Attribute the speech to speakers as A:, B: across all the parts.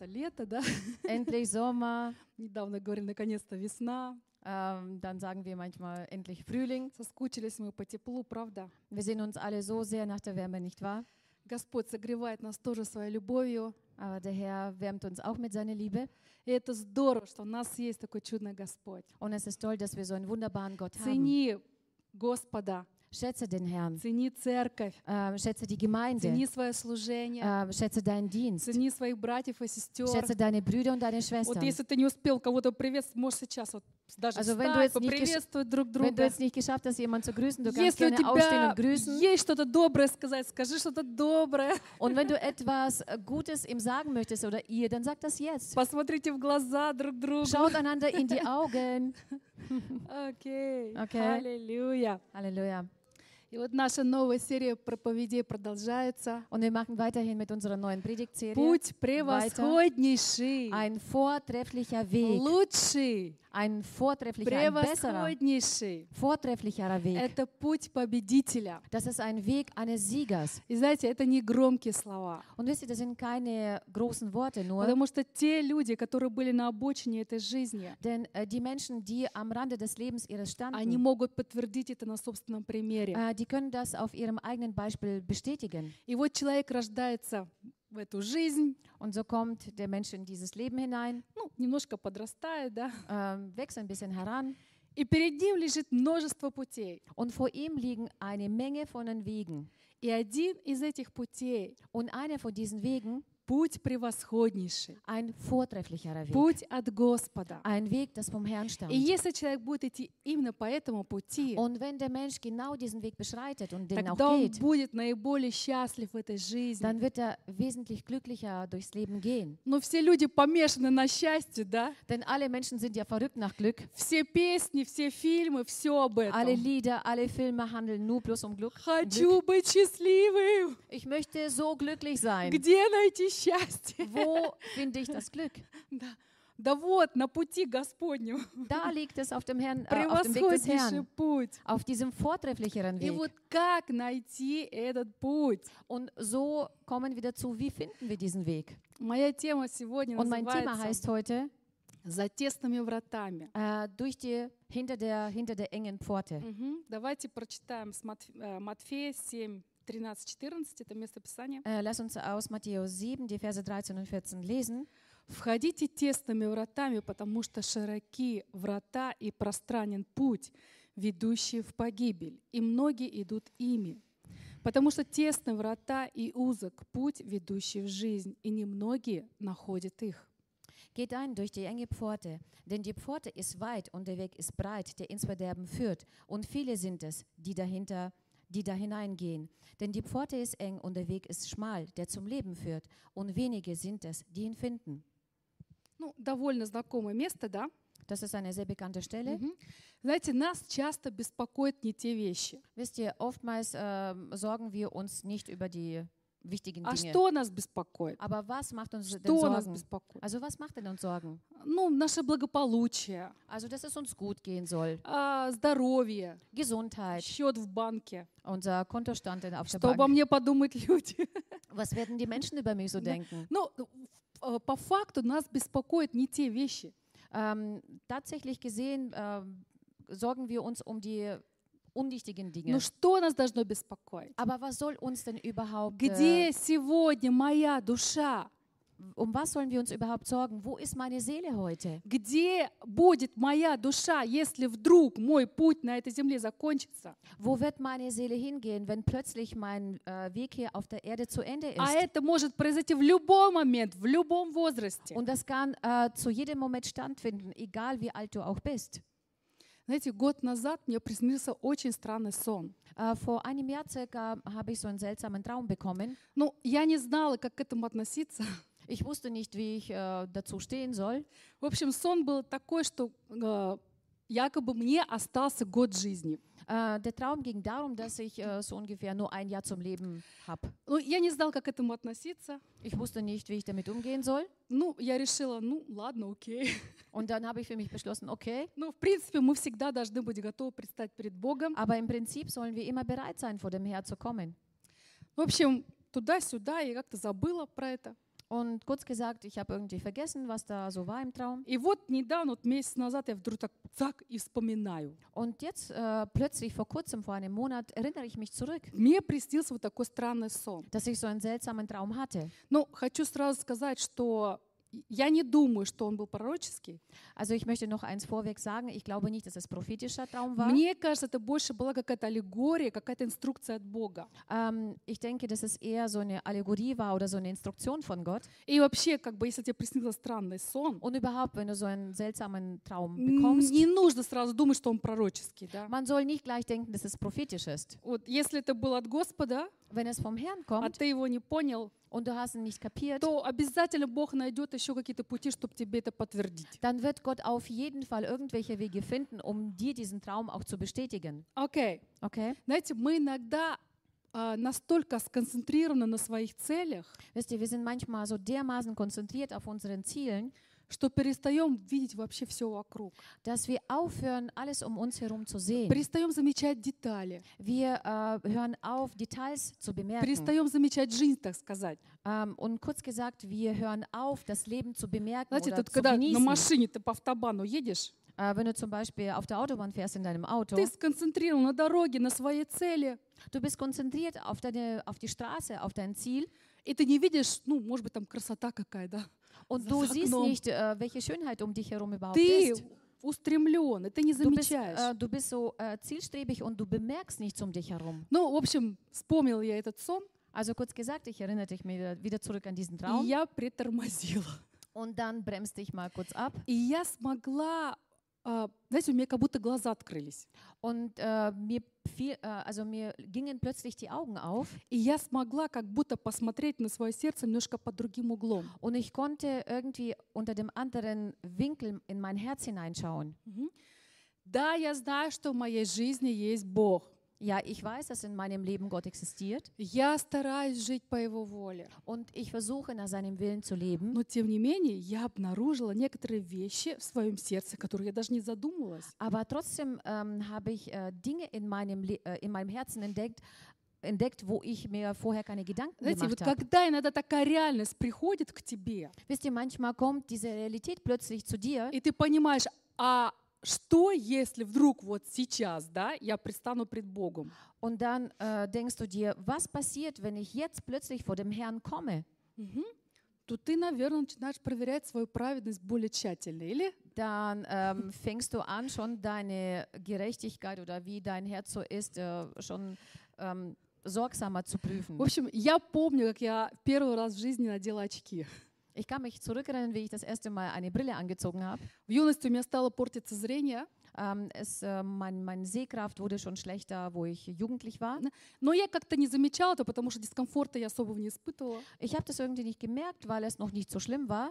A: лето, да?
B: endlich Sommer,
A: Недавно говорили, наконец-то весна.
B: ähm, dann sagen wir manchmal endlich Frühling.
A: Соскучились мы по теплу, правда?
B: Wir sehen uns alle so sehr nach der Wärme, nicht wahr?
A: Господь согревает нас тоже своей любовью.
B: Aber der Herr wärmt uns auch mit seiner Liebe.
A: И это здорово, что у нас есть такой чудный Господь.
B: Und es ist toll, dass wir so einen wunderbaren Gott haben.
A: Цени Господа,
B: Schätze den Herrn,
A: цени церковь,
B: ähm, schätze die Gemeinde,
A: цени свое служение,
B: ähm, schätze deinen Dienst,
A: цени своих братьев и сестер.
B: schätze deine Brüder und deine
A: Вот
B: Schwestern.
A: если ты не успел кого-то приветствовать, можешь сейчас вот даже
B: Also, wenn du
A: встать,
B: jetzt nicht gesch-
A: поприветствовать друг
B: Wenn du
A: друга.
B: jetzt nicht geschafft hast, jemanden zu grüßen, du kannst
A: Если у
B: gerne aufstehen
A: тебя
B: und grüßen.
A: есть что-то доброе сказать, скажи что-то доброе.
B: Und wenn du etwas äh, Gutes ihm sagen möchtest oder ihr, dann sag das jetzt.
A: Посмотрите в глаза друг другу.
B: Schaut einander in die Augen.
A: Окей.
B: Окей.
A: Аллилуйя.
B: Halleluja.
A: И вот наша новая серия проповедей продолжается.
B: Und wir machen weiterhin mit unserer neuen Predigtserie.
A: Путь превосходнейший,
B: Ein vortrefflicher Weg.
A: лучший,
B: Ein vortrefflicher, ein besserer,
A: превосходнейший.
B: vortrefflicherer Weg.
A: Это путь победителя.
B: Das ist ein Weg eines Siegers.
A: И знаете, это не громкие слова,
B: Und wisst ihr, das sind keine großen Worte nur,
A: потому что те люди, которые были на обочине этой жизни,
B: denn äh, die Menschen, die am Rande des Lebens ihres
A: они
B: standen,
A: могут подтвердить это на собственном примере.
B: äh, die können das auf ihrem eigenen Beispiel bestätigen.
A: И вот человек рождается в эту жизнь,
B: Und so kommt der Mensch in dieses Leben hinein,
A: ну, немножко подрастает, да,
B: ähm, wächst ein bisschen heran
A: и перед ним лежит множество путей.
B: und vor ihm liegen eine Menge von den Wegen.
A: И один из этих путей —
B: Und einer von diesen Wegen,
A: путь превосходнейший,
B: ein vortrefflicherer Weg,
A: путь от Господа.
B: ein Weg, das vom Herrn
A: И
B: stammt.
A: если человек будет идти именно по этому пути,
B: Und wenn der Mensch genau diesen Weg beschreitet und den auch
A: тогда он
B: geht,
A: будет наиболее счастлив в этой жизни.
B: dann wird er wesentlich glücklicher durchs Leben gehen.
A: Но все люди помешаны на счастье, да?
B: Denn alle Menschen sind ja verrückt nach Glück.
A: Все песни, все фильмы, все об
B: Alle
A: этом.
B: Lieder, alle Filme handeln nur bloß um Glück. Glück.
A: Хочу быть счастливым.
B: Ich möchte so glücklich sein.
A: Где найти счастье?
B: Wo finde ich das Glück?
A: Да. Да вот, на пути Господнем.
B: Da liegt es auf dem, Herrn, äh, auf dem Weg des
A: Превосходнейший
B: Herrn,
A: путь.
B: auf diesem vortrefflicheren
A: И
B: Weg.
A: вот как найти этот путь?
B: Und so kommen wir dazu, wie finden wir diesen Weg?
A: Моя тема сегодня
B: Und mein Thema
A: называется
B: heißt heute,
A: «За тесными вратами».
B: äh, durch die, hinter, der, hinter der engen Pforte.
A: Мгм. Давайте прочитаем с Матф- э, Матфея 7, 13, 14, это местописание.
B: Äh, lass uns aus Matthäus 7, die Verse 13 und 14 lesen.
A: «Входите тесными вратами, потому что широки врата и пространен путь, ведущий в погибель, и многие идут ими. Потому что тесны врата и узок путь, ведущий в жизнь, и немногие находят их».
B: Geht ein durch die enge Pforte, denn die Pforte ist weit und der Weg ist breit, der ins Verderben führt. Und viele sind es, die dahinter, die da hineingehen. Denn die Pforte ist eng und der Weg ist schmal, der zum Leben führt. Und wenige sind es, die ihn finden.
A: Ну, довольно знакомое место, да?
B: Das ist eine sehr bekannte Stelle.
A: Мгм. Знаете, нас часто беспокоят не те вещи.
B: Wisst ihr, oftmals ähm, sorgen wir uns nicht über die wichtigen
A: А
B: Dinge.
A: что нас беспокоит?
B: Aber was macht uns denn
A: Что нас
B: Sorgen?
A: беспокоит?
B: Also was macht denn uns Sorgen?
A: Ну, наше благополучие,
B: Also dass es uns gut gehen soll,
A: а, здоровье,
B: Gesundheit,
A: счет в банке,
B: unser Kontostand in- auf der
A: что обо
B: Bank.
A: мне подумают люди.
B: Was werden die Menschen über mich so
A: Да.
B: denken?
A: Ну, э, по факту нас беспокоят не те вещи.
B: Ähm, tatsächlich gesehen ähm, sorgen wir uns um die unwichtigen Dinge.
A: Но что нас должно беспокоить?
B: Aber was soll uns denn überhaupt, äh,
A: Где сегодня моя душа?
B: um was sollen wir uns überhaupt sorgen? Wo ist meine Seele heute?
A: Где будет моя душа, если вдруг мой путь на этой земле закончится?
B: Wo wird meine Seele hingehen, wenn plötzlich mein äh, Weg hier auf der Erde zu Ende
A: А
B: ist?
A: это может произойти в любой момент, в любом возрасте.
B: Und das kann äh, zu jedem Moment stattfinden, egal wie alt du auch bist.
A: Знаете, год назад мне приснился очень странный сон.
B: Äh, vor einem Jahr circa habe ich so einen seltsamen Traum bekommen.
A: Ну, я не знала, как к этому относиться.
B: Ich wusste nicht, wie ich äh, dazu stehen soll.
A: В общем, сон был такой, что э, якобы мне остался год жизни.
B: Äh, der Traum ging darum, dass ich äh, so ungefähr nur ein Jahr zum Leben habe.
A: Ну, я не знала, как к этому относиться.
B: Ich wusste nicht, wie ich damit umgehen soll.
A: Ну, я решила, ну, ладно, окей.
B: Und dann habe ich für mich beschlossen, okay,
A: Ну, в принципе, мы всегда должны быть готовы предстать перед Богом.
B: aber im Prinzip sollen wir immer bereit sein, vor dem Herr zu kommen.
A: В общем, туда-сюда, я как-то забыла про это.
B: Und kurz gesagt, ich habe irgendwie vergessen, was da so war im Traum.
A: И вот недавно, вот месяц назад, я вдруг так, так и вспоминаю.
B: Und jetzt äh, plötzlich vor kurzem, vor einem Monat, erinnere ich mich zurück,
A: Мне приснился вот такой странный сон.
B: dass ich so einen seltsamen Traum hatte.
A: Но хочу сразу сказать, что я не думаю, что он был пророческий.
B: Also ich möchte noch eins vorweg sagen, ich glaube nicht, dass es prophetischer Traum war.
A: Мне кажется, это больше была какая-то аллегория, какая-то инструкция от Бога.
B: Ähm, ich denke, dass es eher so eine Allegorie war oder so eine Instruktion von Gott.
A: И вообще, как бы, если тебе приснился странный сон,
B: Und überhaupt, wenn du so einen seltsamen Traum
A: Mm,
B: bekommst,
A: не нужно сразу думать, что он пророческий. Да?
B: man soll nicht gleich denken, dass es prophetisch ist.
A: Вот если это был от Господа,
B: Wenn es vom Herrn
A: а
B: kommt
A: ты его не понял,
B: und du hast ihn nicht kapiert,
A: то обязательно Бог найдет еще какие-то пути, чтобы тебе это подтвердить.
B: dann wird Gott auf jeden Fall irgendwelche Wege finden, um dir diesen Traum auch zu bestätigen.
A: Окей.
B: Okay?
A: Знаете, мы иногда а, настолько сконцентрированы на своих целях,
B: Wisst ihr, wir sind manchmal so dermaßen konzentriert auf unseren Zielen,
A: что перестаем видеть вообще все вокруг,
B: dass wir aufhören, alles um uns herum zu sehen.
A: перестаем замечать детали,
B: Wir äh, hören auf, Details zu bemerken.
A: перестаем замечать жизнь, так сказать.
B: Ähm, und kurz gesagt, wir hören auf, das Leben zu bemerken
A: Знаете,
B: oder
A: тут,
B: zu
A: когда на
B: genießen.
A: машине ты по автобану едешь,
B: Äh, wenn du zum Beispiel auf der Autobahn fährst in deinem Auto,
A: ты сконцентрирован на дороге, на своей цели,
B: du bist konzentriert auf, deine, auf die Straße, auf dein Ziel
A: и ты не видишь, ну, может быть, там красота какая, да.
B: und
A: Das
B: du
A: sagt
B: siehst
A: man.
B: nicht, äh, welche Schönheit um dich herum überhaupt
A: Ты
B: ist.
A: устремлен, и ты не
B: Du bist,
A: замечаешь.
B: äh, du bist so äh, zielstrebig und du bemerkst nichts um dich herum.
A: Ну, в общем, вспомнил я этот сон,
B: Also kurz gesagt, ich erinnere dich mir wieder, wieder zurück an diesen
A: и
B: Traum
A: я притормозила.
B: und dann bremst dich mal kurz ab
A: И я смогла, а, знаете, у меня как будто глаза открылись.
B: und äh, mir fiel, äh, also mir gingen plötzlich die Augen auf
A: И я смогла как будто посмотреть на свое сердце немножко под другим углом.
B: und ich konnte irgendwie unter dem anderen Winkel in mein Herz hineinschauen.
A: Да, я знаю, что в моей жизни есть Бог.
B: Ja, ich weiß, dass in meinem Leben Gott existiert
A: Я стараюсь жить по Его воле.
B: und ich versuche nach seinem Willen zu leben,
A: Но тем не менее, я обнаружила некоторые вещи в своем сердце, которые я даже не задумывалась.
B: aber trotzdem ähm, habe ich äh, Dinge in meinem, Le äh, in meinem Herzen entdeckt, entdeckt, wo ich mir vorher keine Gedanken
A: Знаете, вот
B: gemacht habe.
A: когда иногда такая реальность приходит к тебе,
B: Wisst ihr, manchmal kommt diese Realität plötzlich zu dir
A: и ты понимаешь, а что если вдруг вот сейчас, да, я предстану пред Богом?
B: Und dann äh, denkst du dir, was passiert, wenn ich jetzt plötzlich vor dem Herrn komme?
A: То ты, наверное, начинаешь проверять свою праведность более тщательно, или?
B: Dann ähm, fängst du an, schon deine Gerechtigkeit oder wie dein Herz so ist, äh, schon ähm, sorgsamer zu prüfen.
A: В общем, я помню, как я первый раз в жизни надела очки.
B: Ich kann mich zurückerinnern, wie ich das erste Mal eine Brille angezogen habe.
A: В юности у меня стало портиться зрение,
B: Ähm, es, äh, mein, meine Sehkraft wurde schon schlechter, wo ich jugendlich war.
A: но я как-то не замечала это, потому что дискомфорта я особого не испытывала.
B: Ich habe das irgendwie nicht gemerkt, weil es noch nicht so schlimm war.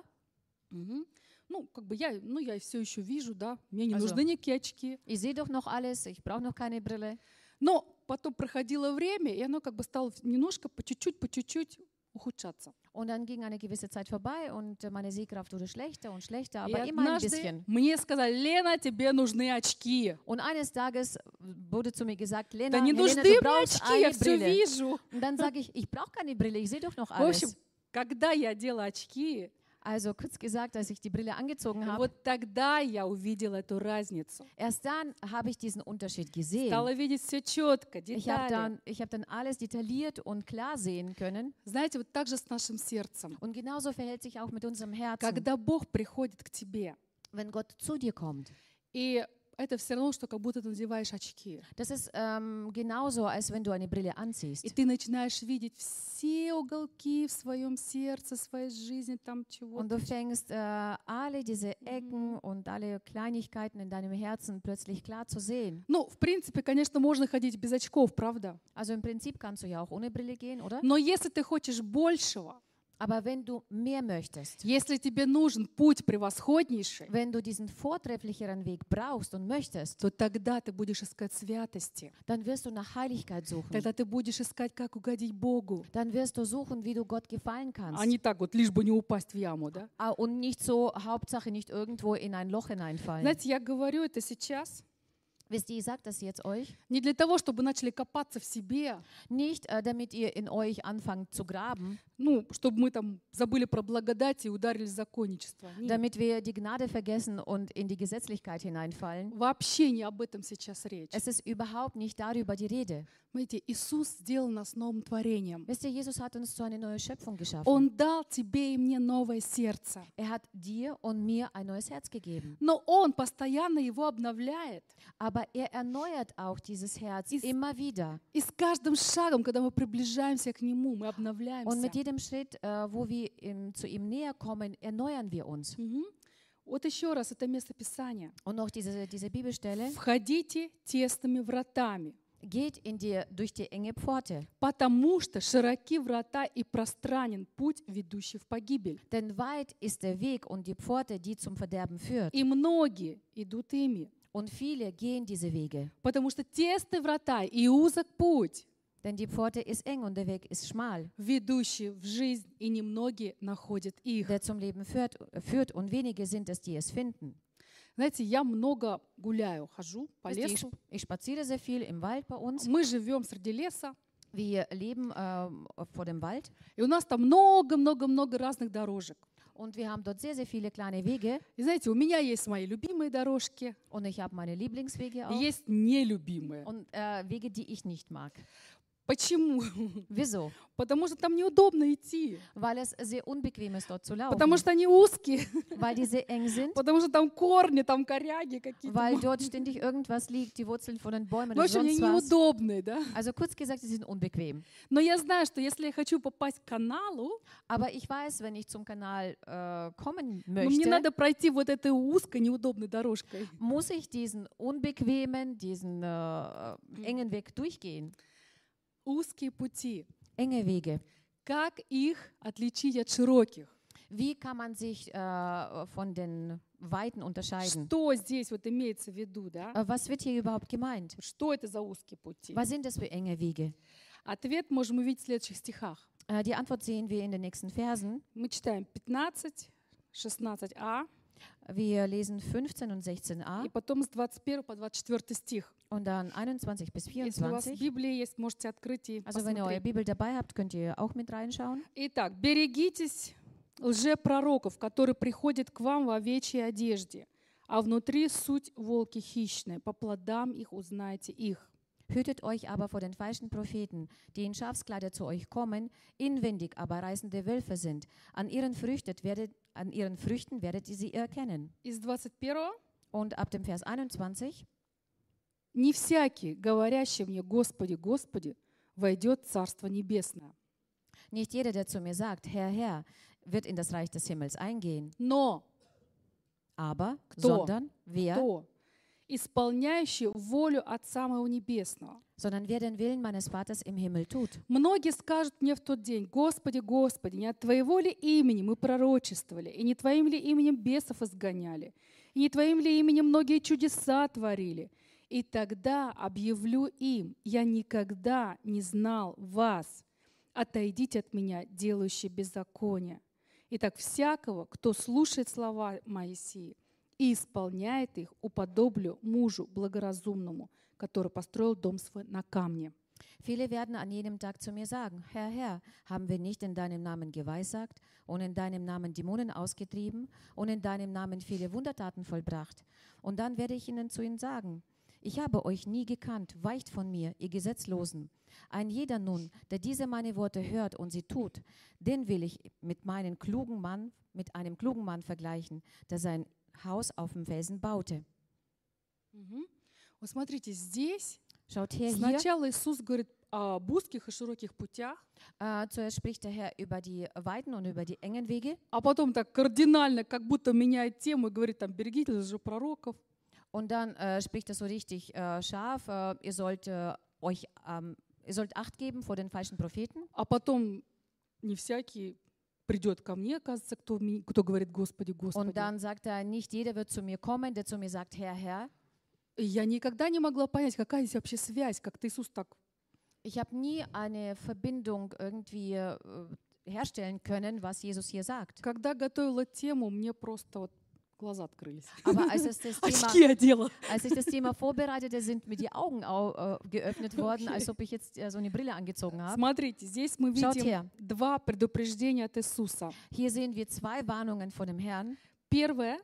A: Мгм. Ну, как бы я, ну, я все еще вижу, да, мне не
B: А за-
A: нужны никакие очки.
B: Ich sehe doch noch alles, ich brauche noch keine Brille.
A: Но потом проходило время, и оно как бы стало немножко по чуть-чуть, по чуть-чуть ухудшаться.
B: Und dann ging eine gewisse Zeit vorbei und äh, meine Sehkraft wurde schlechter und schlechter,
A: И
B: aber immer ein
A: однажды
B: bisschen.
A: мне сказали, Лена, тебе нужны очки.
B: Und eines Tages wurde zu mir gesagt, Lena,
A: Да не
B: Helena,
A: нужны
B: du
A: мне
B: brauchst
A: очки, я
B: eine
A: все
B: Brille.
A: вижу.
B: Und dann sage ich, ich brauche keine Brille, ich sehe doch noch
A: В общем,
B: alles.
A: когда я одела очки,
B: Also kurz gesagt, als ich die Brille angezogen habe,
A: вот тогда я увидела эту разницу.
B: erst dann habe ich diesen Unterschied gesehen.
A: Стала видеть все четко,
B: Ich
A: детали.
B: habe dann, ich habe dann alles detailliert und klar sehen können.
A: Знаете, вот так же с нашим сердцем.
B: Und genauso verhält sich auch mit unserem Herzen,
A: Когда Бог приходит к тебе,
B: wenn Gott zu dir kommt.
A: и это все равно, что как будто ты надеваешь очки.
B: Das ist ähm, genauso, als wenn du eine Brille anziehst.
A: И ты начинаешь видеть все уголки в своем сердце, своей жизни, там чего.
B: Und du fängst äh, alle diese Ecken und alle Kleinigkeiten in deinem Herzen plötzlich klar zu sehen.
A: Ну, в принципе, конечно, можно ходить без очков, правда?
B: Also im Prinzip kannst du ja auch ohne Brille gehen, oder?
A: Но если ты хочешь большего,
B: Aber wenn du mehr möchtest,
A: если тебе нужен путь превосходнейший,
B: wenn du diesen vortrefflicheren Weg brauchst und möchtest,
A: то тогда ты будешь искать святости.
B: dann wirst du nach Heiligkeit suchen.
A: Тогда ты будешь искать, как угодить Богу,
B: Dann wirst du suchen, wie du Gott gefallen kannst.
A: а не так вот, лишь бы не упасть в яму, да?
B: Ah, Und nicht so, Hauptsache nicht irgendwo in ein Loch hineinfallen.
A: Знаете, я говорю это сейчас,
B: Wisst ihr, ich sage das jetzt euch,
A: Не для того, чтобы начали копаться в себе,
B: nicht äh, damit ihr in euch anfangt zu graben,
A: ну, чтобы мы там забыли про благодать и ударились в законничество. Нет.
B: damit wir die Gnade vergessen und in die Gesetzlichkeit hineinfallen.
A: Вообще не об этом сейчас речь.
B: Es ist überhaupt nicht darüber die Rede.
A: Смотрите, Иисус сделал нас новым творением.
B: Wisst ihr, Jesus hat uns zu einer neuen Schöpfung geschaffen.
A: Он дал тебе и мне новое сердце.
B: er hat dir und mir ein neues Herz gegeben.
A: Но Он постоянно его обновляет.
B: Aber er erneuert auch dieses Herz
A: Ist-
B: immer wieder.
A: И с каждым шагом, когда мы приближаемся к Нему, мы обновляемся.
B: Und mit jedem Schritt, äh, wo wir ihm, zu ihm näher kommen, erneuern wir uns.
A: Мгм. Вот еще раз это место Писания.
B: Und noch diese, diese Bibelstelle
A: Входите тесными вратами,
B: geht in dir durch die enge Pforte.
A: потому что широки врата и пространен путь, ведущий в погибель.
B: Denn weit ist der Weg und die Pforte, die zum Verderben führt.
A: И многие идут ими,
B: Und viele gehen diese Wege.
A: потому что тесны врата и узок путь,
B: Denn die Pforte ist eng und der Weg ist schmal,
A: ведущий в жизнь, и немногие находят их.
B: der zum Leben führt, führt und wenige sind es, die es finden.
A: Знаете, я много гуляю, хожу по
B: Wisst ihr, Ich,
A: лесу.
B: ich spaziere sehr viel im Wald bei uns.
A: Мы живем среди леса,
B: Wir leben ähm, vor dem Wald
A: и у нас там много-много-много разных дорожек.
B: und wir haben dort sehr, sehr viele kleine Wege.
A: И знаете, у меня есть мои любимые дорожки,
B: Und ich habe meine Lieblingswege
A: и
B: auch
A: есть нелюбимые.
B: und äh, Wege, die ich nicht mag.
A: Почему?
B: Wieso?
A: Потому что там неудобно идти,
B: Weil es sehr unbequem ist, dort zu laufen.
A: потому что они узкие,
B: Weil die sehr eng sind.
A: потому что там корни, там коряги какие-то.
B: Weil dort ständig irgendwas liegt, die Wurzeln von den Bäumen
A: Ну, В
B: und
A: общем, они
B: sonst was.
A: неудобные, да?
B: Also kurz gesagt, sie sind unbequem.
A: Но я знаю, что если я хочу попасть к каналу,
B: Aber ich weiß, wenn ich zum Kanal äh, kommen
A: ну, мне
B: möchte,
A: надо пройти вот этой узкой, неудобной дорожкой.
B: muss ich diesen unbequemen, diesen äh,
A: Mhm.
B: engen Weg durchgehen.
A: Узкие пути.
B: Enge Wege.
A: Как их отличить от широких?
B: Wie kann man sich äh, von den Weiten unterscheiden?
A: Что здесь вот имеется в виду, да?
B: Äh, was wird hier überhaupt gemeint?
A: Что это за узкие пути?
B: Was sind das für enge Wege?
A: Ответ можем увидеть в следующих стихах.
B: Äh, die Antwort sehen wir in den nächsten Versen.
A: Мы читаем 15, 16а
B: Wir lesen 15 und
A: и
B: 16a
A: потом с 21 по 24 стих.
B: und dann 21 bis
A: Если у вас
B: 24.
A: Библия есть, можете открыть и
B: Also wenn ihr eure
A: посмотреть.
B: Bibel dabei habt, könnt ihr auch mit reinschauen.
A: Итак, берегитесь лжепророков, которые приходят к вам в овечьей одежде, а внутри суть волки хищные. По плодам их узнаете их.
B: Hütet euch aber vor den falschen Propheten, die in Schafskleider zu euch kommen, inwendig aber reißende Wölfe sind. An ihren, Früchtet werdet, an ihren Früchten werdet ihr sie erkennen.
A: Из 21
B: Und ab dem Vers 21,
A: «Не всякий, говорящий мне, Господи, Господи, войдет в Царство Небесное».
B: nicht jeder, der zu mir sagt, Herr, Herr, wird in das Reich des Himmels eingehen,
A: Но
B: aber,
A: Кто?
B: sondern wer,
A: кто? Исполняющий волю от самого Небесного.
B: sondern wer den Willen meines Vaters im Himmel tut.
A: Многие скажут мне в тот день, «Господи, Господи, не от Твоего ли имени мы пророчествовали, и не Твоим ли именем бесов изгоняли, и не Твоим ли именем многие чудеса творили?» И тогда объявлю им, «Я никогда не знал вас. Отойдите от меня, делающие беззаконие». Итак, всякого, кто слушает слова Моисии и исполняет их, уподоблю мужу благоразумному, который построил дом свой на камне.
B: Viele werden an jenem Tag zu mir sagen, Herr, Herr, haben wir nicht in deinem Namen geweissagt und in deinem Namen Dämonen ausgetrieben und in deinem Namen viele Wundertaten vollbracht? Und dann werde ich ihnen zu ihnen sagen, ich habe euch nie gekannt, weicht von mir, ihr Gesetzlosen. Ein jeder nun, der diese meine Worte hört und sie tut, den will ich mit meinem klugen Mann, mit einem klugen Mann vergleichen, der sein Haus auf dem Felsen baute.
A: Мгм. Вот смотрите, здесь
B: Schaut her, hier.
A: сначала Иисус говорит об узких и широких путях,
B: Äh, zuerst spricht der Herr über die weiten und über die engen Wege.
A: а потом так кардинально, как будто меняет тему и говорит, там, берегите лжепророков.
B: Und dann äh, spricht das so richtig äh, scharf. Äh, ihr sollt äh, euch, ähm, ihr sollt Acht geben vor den falschen Propheten.
A: А потом не всякий придет ко мне, оказывается, кто, ми- кто говорит, Господи, Господи.
B: Und dann sagt er, nicht jeder wird zu mir kommen, der zu mir sagt, Herr, Herr.
A: И Я никогда не могла понять, какая здесь вообще связь, как то Иисус так.
B: Ich habe nie eine Verbindung irgendwie äh, herstellen können, was Jesus hier sagt.
A: Когда готовила тему, мне просто вот Глаза открылись.
B: Aber als, es das
A: Очки
B: Thema,
A: одела.
B: als ich das Thema vorbereitete, sind mir die Augen au, äh, geöffnet worden, als ob ich jetzt äh, so eine Brille angezogen habe.
A: Смотрите, здесь мы
B: Schaut
A: видим
B: her.
A: два предупреждения от Иисуса.
B: Hier sehen wir zwei Warnungen von dem Herrn.
A: Первое,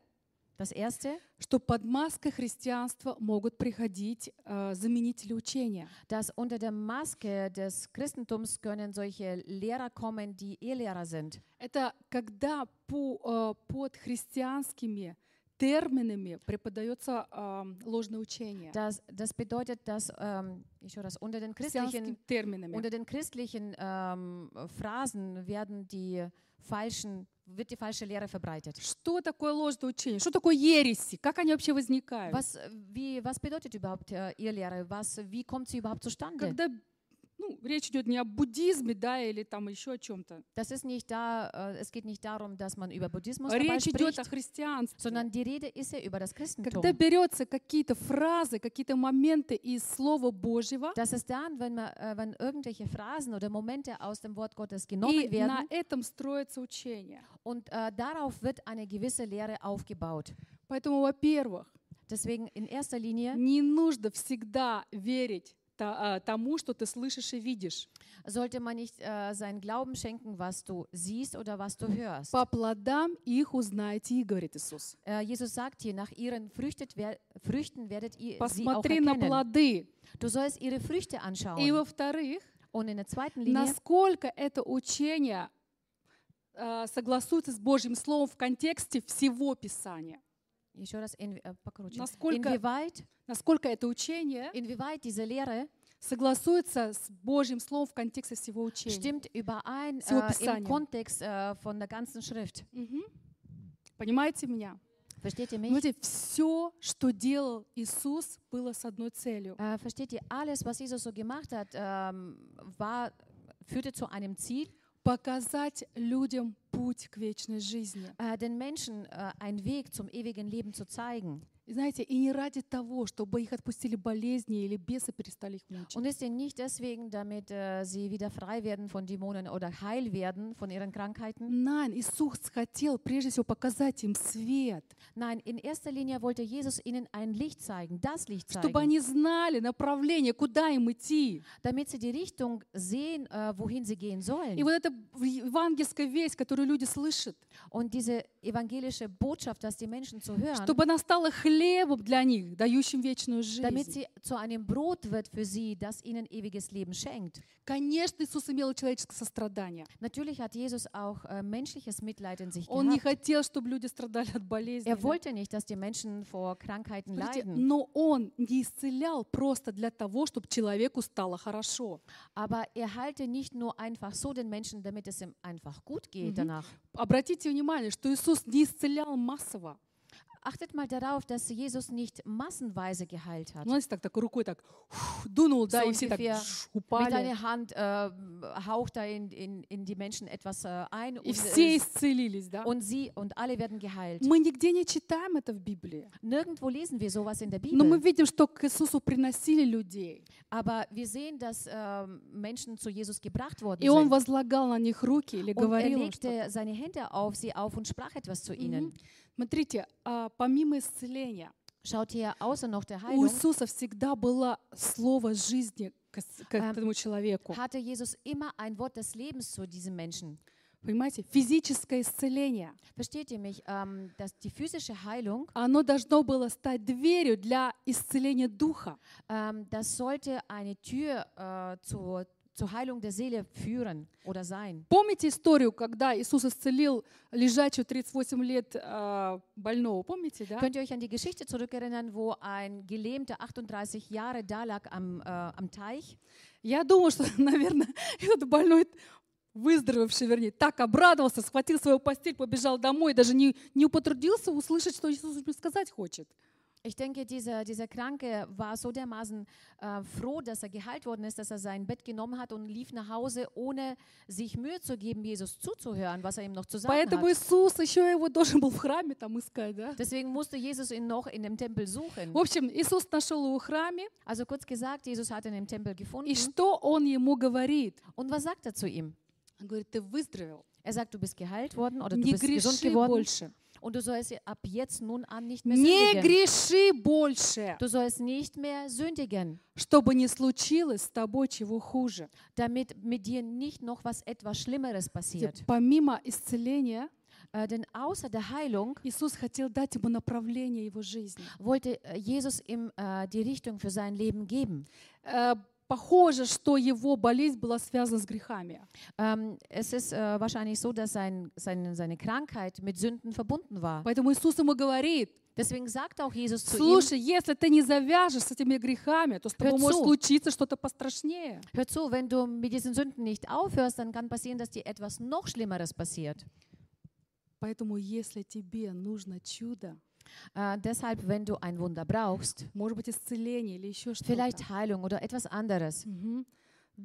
B: Das erste,
A: что под маской христианства могут приходить э, заменители учения.
B: dass unter der Maske des Christentums können solche Lehrer kommen, die Ehelehrer sind.
A: Это когда по, э, под христианскими терминами преподается э, ложное учение.
B: Das, das bedeutet, dass, ähm, ich höre das, unter den
A: Христианскими
B: christlichen,
A: терминами.
B: unter den christlichen ähm, Phrasen werden die falschen, wird die falsche Lehre verbreitet.
A: Что такое ложное учение? Что такое ереси? Как они вообще возникают?
B: Was, äh, wie, was bedeutet überhaupt äh, Ehelehre? Was, wie kommt sie überhaupt zustande?
A: Когда ну, речь идет не о буддизме, да, или там еще о чем-то.
B: Das ist nicht da, äh, es geht nicht darum, dass man über Buddhismus dabei
A: Речь идет о
B: spricht,
A: христианстве.
B: sondern die Rede ist ja über das
A: Когда
B: Christentum.
A: берется какие-то фразы, какие-то моменты из Слова Божьего,
B: Das ist dann, wenn, man, äh, wenn irgendwelche Phrasen oder Momente aus dem Wort Gottes genommen
A: и на
B: werden
A: этом строится учение.
B: und äh, darauf wird eine gewisse Lehre aufgebaut.
A: Поэтому, во-первых,
B: Deswegen in erster Linie
A: не нужно всегда верить та- а, тому, что ты слышишь и видишь.
B: sollte man nicht äh, seinen Glauben schenken, was du siehst oder was du hörst.
A: По плодам их узнаете, и говорит Иисус.
B: Äh, Jesus sagt hier, nach ihren Früchtet wer Früchten werdet ihr sie auch
A: Посмотри на
B: erkennen.
A: плоды.
B: Du sollst ihre Früchte
A: И
B: anschauen.
A: во-вторых,
B: Und in der zweiten Linie,
A: насколько это учение э, согласуется с Божьим Словом в контексте всего Писания.
B: ich höre das in, äh, покруче.
A: Насколько-
B: inwieweit,
A: Насколько это учение
B: inwieweit diese Lehre
A: согласуется с Божьим Словом в контексте всего учения.
B: stimmt überein
A: Всего
B: äh, im
A: Писания.
B: Kontext äh, von der ganzen Schrift.
A: Мгм. Понимаете меня?
B: Versteht ihr mich?
A: Понимаете, все, что делал Иисус, было с одной целью.
B: Äh, versteht ihr, alles, was Jesus so gemacht hat, ähm, war, führte zu einem Ziel,
A: Показать людям путь к вечной жизни.
B: äh, den Menschen äh, einen Weg zum ewigen Leben zu zeigen.
A: И знаете, и не ради того, чтобы их отпустили болезни или бесы перестали их мучить.
B: Und ist denn nicht deswegen, damit äh, sie wieder frei werden von Dämonen oder heil werden von ihren Krankheiten?
A: Nein, Иисус хотел прежде всего показать им свет,
B: Nein, in erster Linie wollte Jesus ihnen ein Licht zeigen, das Licht
A: чтобы
B: zeigen,
A: они знали направление, куда им идти.
B: damit sie die Richtung sehen, äh, wohin sie gehen sollen.
A: И вот эта в- евангельская весть, которую люди слышат,
B: Und diese evangelische Botschaft, dass die Menschen zu hören,
A: чтобы она стала хлебом для них, дающим вечную
B: damit
A: жизнь.
B: sie zu einem Brot wird für sie, das ihnen ewiges Leben schenkt.
A: Конечно, Иисус имел человеческое сostрадание.
B: Natürlich hat Jesus auch äh, menschliches Mitleid in sich
A: Он не
B: gehabt.
A: хотел, чтобы люди страдали от болезней.
B: Er wollte nicht, dass die Menschen vor Krankheiten
A: Смотрите,
B: leiden,
A: но он не исцелял просто для того, чтобы человеку стало хорошо.
B: aber er heilte nicht nur einfach so den Menschen, damit es ihm einfach gut geht danach.
A: Обратите внимание, что Иисус не исцелял массово.
B: Achtet mal darauf, dass Jesus nicht massenweise geheilt hat.
A: Ну, знаете, так такой рукой так фух, дунул, да,
B: So
A: и все так
B: ungefähr
A: шш,
B: Mit
A: упали.
B: einer Hand äh, haucht er in, in, in die Menschen etwas äh, ein
A: И
B: und,
A: все
B: äh,
A: исцелились, да.
B: und sie und alle werden geheilt.
A: Мы нигде не читаем это в Библии.
B: Nirgendwo lesen wir sowas in der
A: Но мы
B: Bibel,
A: видим, что к Иисусу приносили людей.
B: aber wir sehen, dass ähm, Menschen zu Jesus gebracht worden
A: И Он
B: sind.
A: возлагал на них руки или
B: Und er
A: говорил им что-то.
B: legte seine Hände auf sie auf und sprach etwas zu ihnen.
A: Смотрите, а, помимо исцеления,
B: Schaut hier, außer noch der
A: у
B: Heilung,
A: Иисуса всегда было слово жизни к, с- к
B: Эм,
A: этому человеку.
B: hatte Jesus immer ein Wort des Lebens zu diesem Menschen.
A: Понимаете, физическое исцеление,
B: Versteht ihr mich? Ähm, dass die physische Heilung,
A: оно должно было стать дверью для исцеления духа.
B: ähm, das sollte eine Tür äh, zur, zur Heilung der Seele führen oder sein.
A: Помните историю, когда Иисус исцелил лежачего 38 лет а, больного? Помните, да?
B: Könnt ihr euch an die Geschichte zurückerinnern, wo ein Gelähmter 38 Jahre da lag am, äh, am Teich?
A: Я думаю, что, наверное, этот больной, выздоровевший, вернее, так обрадовался, схватил свою постель, побежал домой, даже не, не потрудился услышать, что Иисус ему сказать хочет.
B: Ich denke, dieser, dieser Kranke war so dermaßen äh, froh, dass er geheilt worden ist, dass er sein Bett genommen hat und lief nach Hause, ohne sich Mühe zu geben, Jesus zuzuhören, was er ihm noch zu sagen
A: Поэтому
B: hat.
A: Иисус еще его должен был в храме там искать, да?
B: Deswegen musste Jesus ihn noch in dem Tempel suchen.
A: В общем, Иисус нашел его в храме,
B: Also kurz gesagt, Jesus hat ihn im Tempel gefunden.
A: и что он ему говорит?
B: Und was sagt er zu ihm?
A: Он говорит, ты выздоровел,
B: Er sagt, du bist geheilt worden oder du
A: не
B: bist gesund
A: греши
B: geworden
A: больше.
B: Und du sollst ab jetzt nun an nicht mehr
A: Не
B: sündigen.
A: греши больше,
B: Du sollst nicht mehr sündigen,
A: чтобы не случилось с тобой чего хуже.
B: damit mit dir nicht noch was etwas Schlimmeres passiert.
A: Помимо исцеления,
B: Äh, denn außer der Heilung
A: Иисус хотел дать ему направление его жизни.
B: wollte äh, Jesus ihm äh, die Richtung für sein Leben geben.
A: Э, Похоже, что его болезнь была связана с грехами.
B: Ähm, es ist äh, wahrscheinlich so, dass sein, sein, seine Krankheit mit Sünden verbunden war.
A: Поэтому Иисус ему говорит,
B: Deswegen sagt auch Jesus zu ihm,
A: слушай, если ты не завяжешь с этими грехами, то с тобой
B: Hör
A: может
B: zu.
A: случиться что-то пострашнее.
B: hör zu, wenn du mit diesen Sünden nicht aufhörst, dann kann passieren, dass dir etwas noch Schlimmeres passiert.
A: Поэтому если тебе нужно чудо,
B: Äh, deshalb, wenn du ein Wunder brauchst,
A: может быть, исцеление или еще что-то,
B: vielleicht Heilung oder etwas anderes,
A: Мгм.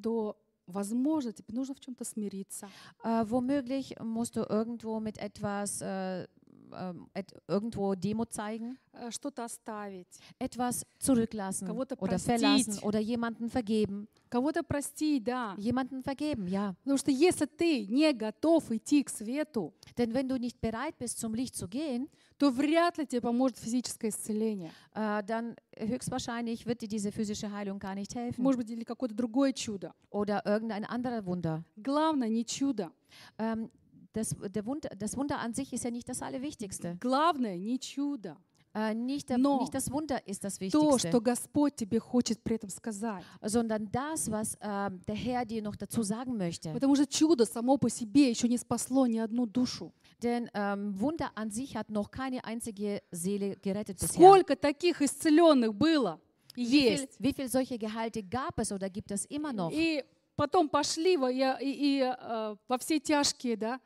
A: то, возможно, тебе нужно в чем-то смириться.
B: äh, womöglich musst du irgendwo mit etwas, äh, ähm, et irgendwo Demut zeigen,
A: э, Что-то оставить,
B: etwas zurücklassen
A: Кого-то
B: oder
A: простить.
B: verlassen oder jemanden vergeben.
A: кого-то простить, да.
B: Jemanden vergeben, ja.
A: Потому что если ты не готов идти к свету,
B: Denn wenn du nicht bereit bist, zum Licht zu gehen,
A: то вряд ли тебе поможет физическое исцеление.
B: äh, dann höchstwahrscheinlich wird dir diese physische Heilung gar nicht helfen.
A: Может быть, или какое-то другое чудо.
B: Oder irgendein anderer Wunder.
A: Главное не чудо.
B: Ähm, das, der Wunder, das Wunder an sich ist ja nicht das Allerwichtigste.
A: Главное не чудо.
B: Äh, nicht, der,
A: No.
B: nicht das Wunder ist das
A: То, что
B: Wichtigste,
A: Господь тебе хочет при этом сказать.
B: sondern das, was ähm, der Herr dir noch dazu sagen möchte.
A: Потому что чудо само по себе еще не спасло ни одну душу.
B: Denn ähm, Wunder an sich hat noch keine einzige Seele gerettet bisher.
A: Сколько таких исцеленных было и
B: Wie viel,
A: есть.
B: wie viel solche Gehalte gab es oder gibt es immer noch?
A: И потом пошли во, я- и, и, э, во все тяжкие, да?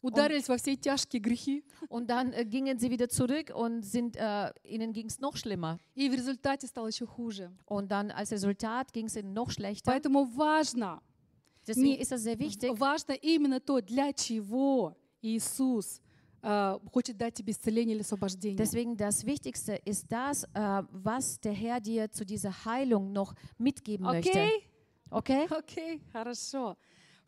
A: Ударились во все тяжкие грехи.
B: Und dann äh, gingen sie wieder zurück und sind, äh, ihnen ging es noch schlimmer.
A: И в результате стало еще хуже.
B: Und dann als Resultat ging es ihnen noch schlechter.
A: Поэтому важно,
B: Deswegen
A: nie-
B: ist das sehr wichtig.
A: важно именно то, для чего Иисус э, хочет дать тебе исцеление или освобождение.
B: Deswegen das Wichtigste ist das, äh, was der Herr dir zu dieser Heilung noch mitgeben möchte.
A: Окей?
B: Okay?
A: Окей, хорошо.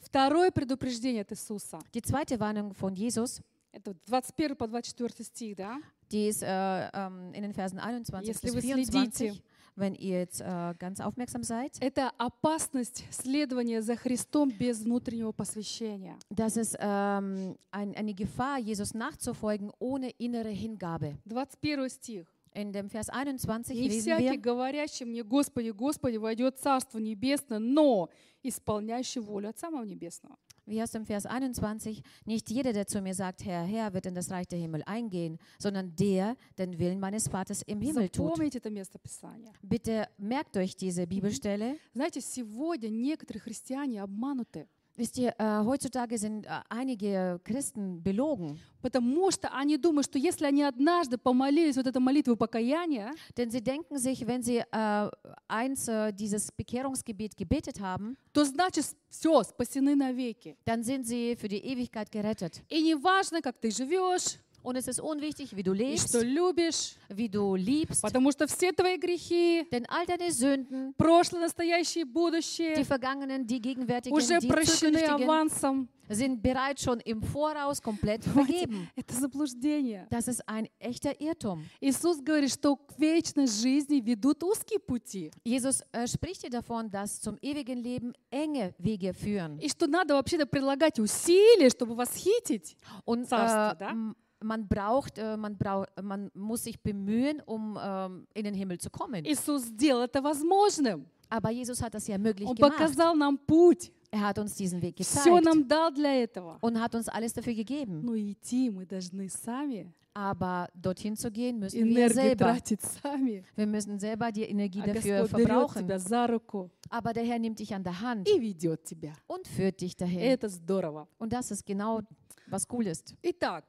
A: Второе предупреждение от Иисуса.
B: Die zweite Warnung von Jesus,
A: Это вот 21 по 24 стих, да?
B: die ist äh, ähm, in den Versen 21
A: Если
B: bis
A: вы
B: 24.
A: следите.
B: Wenn ihr jetzt äh, ganz aufmerksam seid,
A: Это опасность следования за Христом без внутреннего посвящения.
B: das ist ähm, ein, eine Gefahr, Jesus nachzufolgen ohne innere Hingabe.
A: 21 стих.
B: In dem Vers 21
A: «Не
B: lesen wir,
A: всякий, говорящий мне, Господи, Господи, войдет в Царство Небесное, но исполняющий волю Отца Моего Небесного».
B: Wie aus dem Vers 21, nicht jeder, der zu mir sagt, Herr, Herr, wird in das Reich der Himmel eingehen, sondern der, den Willen meines Vaters im Himmel tut.
A: Запомните это место Писания.
B: Bitte merkt euch diese Bibelstelle.
A: Знаете, сегодня некоторые христиане обмануты,
B: Wisst ihr, äh, heutzutage sind äh, einige Christen belogen,
A: потому что они думают, что если они однажды помолились вот этой молитвой покаяния,
B: denn sie denken sich, wenn sie äh, eins äh, dieses Bekehrungsgebet gebetet haben,
A: то значит все, спасены навеки.
B: dann sind sie für die Ewigkeit gerettet.
A: И не важно, как ты живешь,
B: Und es ist unwichtig, wie du
A: и что
B: lebst,
A: любишь,
B: wie du liebst,
A: потому что все твои грехи,
B: denn all deine Sünden,
A: прошлое, настоящее и
B: die
A: будущее
B: vergangenen, die gegenwärtigen,
A: уже
B: die
A: прощены
B: zukünftigen,
A: авансом.
B: sind bereits schon im Voraus komplett
A: Понимаете,
B: vergeben.
A: Это заблуждение.
B: Das ist ein echter Irrtum.
A: Иисус говорит, что к вечной жизни ведут узкие пути,
B: Jesus äh, spricht hier davon, dass zum ewigen Leben enge Wege führen.
A: и что надо вообще-то предлагать усилия, чтобы восхитить.
B: Und
A: Sagst du,
B: äh,
A: da?
B: m- man braucht, äh, man braucht, man muss sich bemühen, um ähm, in den Himmel zu kommen.
A: Иисус сделал это возможным.
B: Aber Jesus hat das ja möglich
A: Он
B: gemacht.
A: показал нам путь,
B: Er hat uns diesen Weg
A: все
B: gezeigt
A: нам дал для этого.
B: und hat uns alles dafür gegeben.
A: Но идти мы должны сами,
B: Aber dorthin zu gehen müssen wir
A: энергию
B: selber.
A: тратить сами.
B: Wir müssen selber die Energie
A: А
B: dafür
A: Господь берет
B: verbrauchen.
A: тебя за руку
B: Aber der Herr nimmt dich an der Hand
A: и ведет тебя.
B: und führt dich dahin.
A: Это здорово.
B: Und das ist genau, was cool ist.
A: Итак,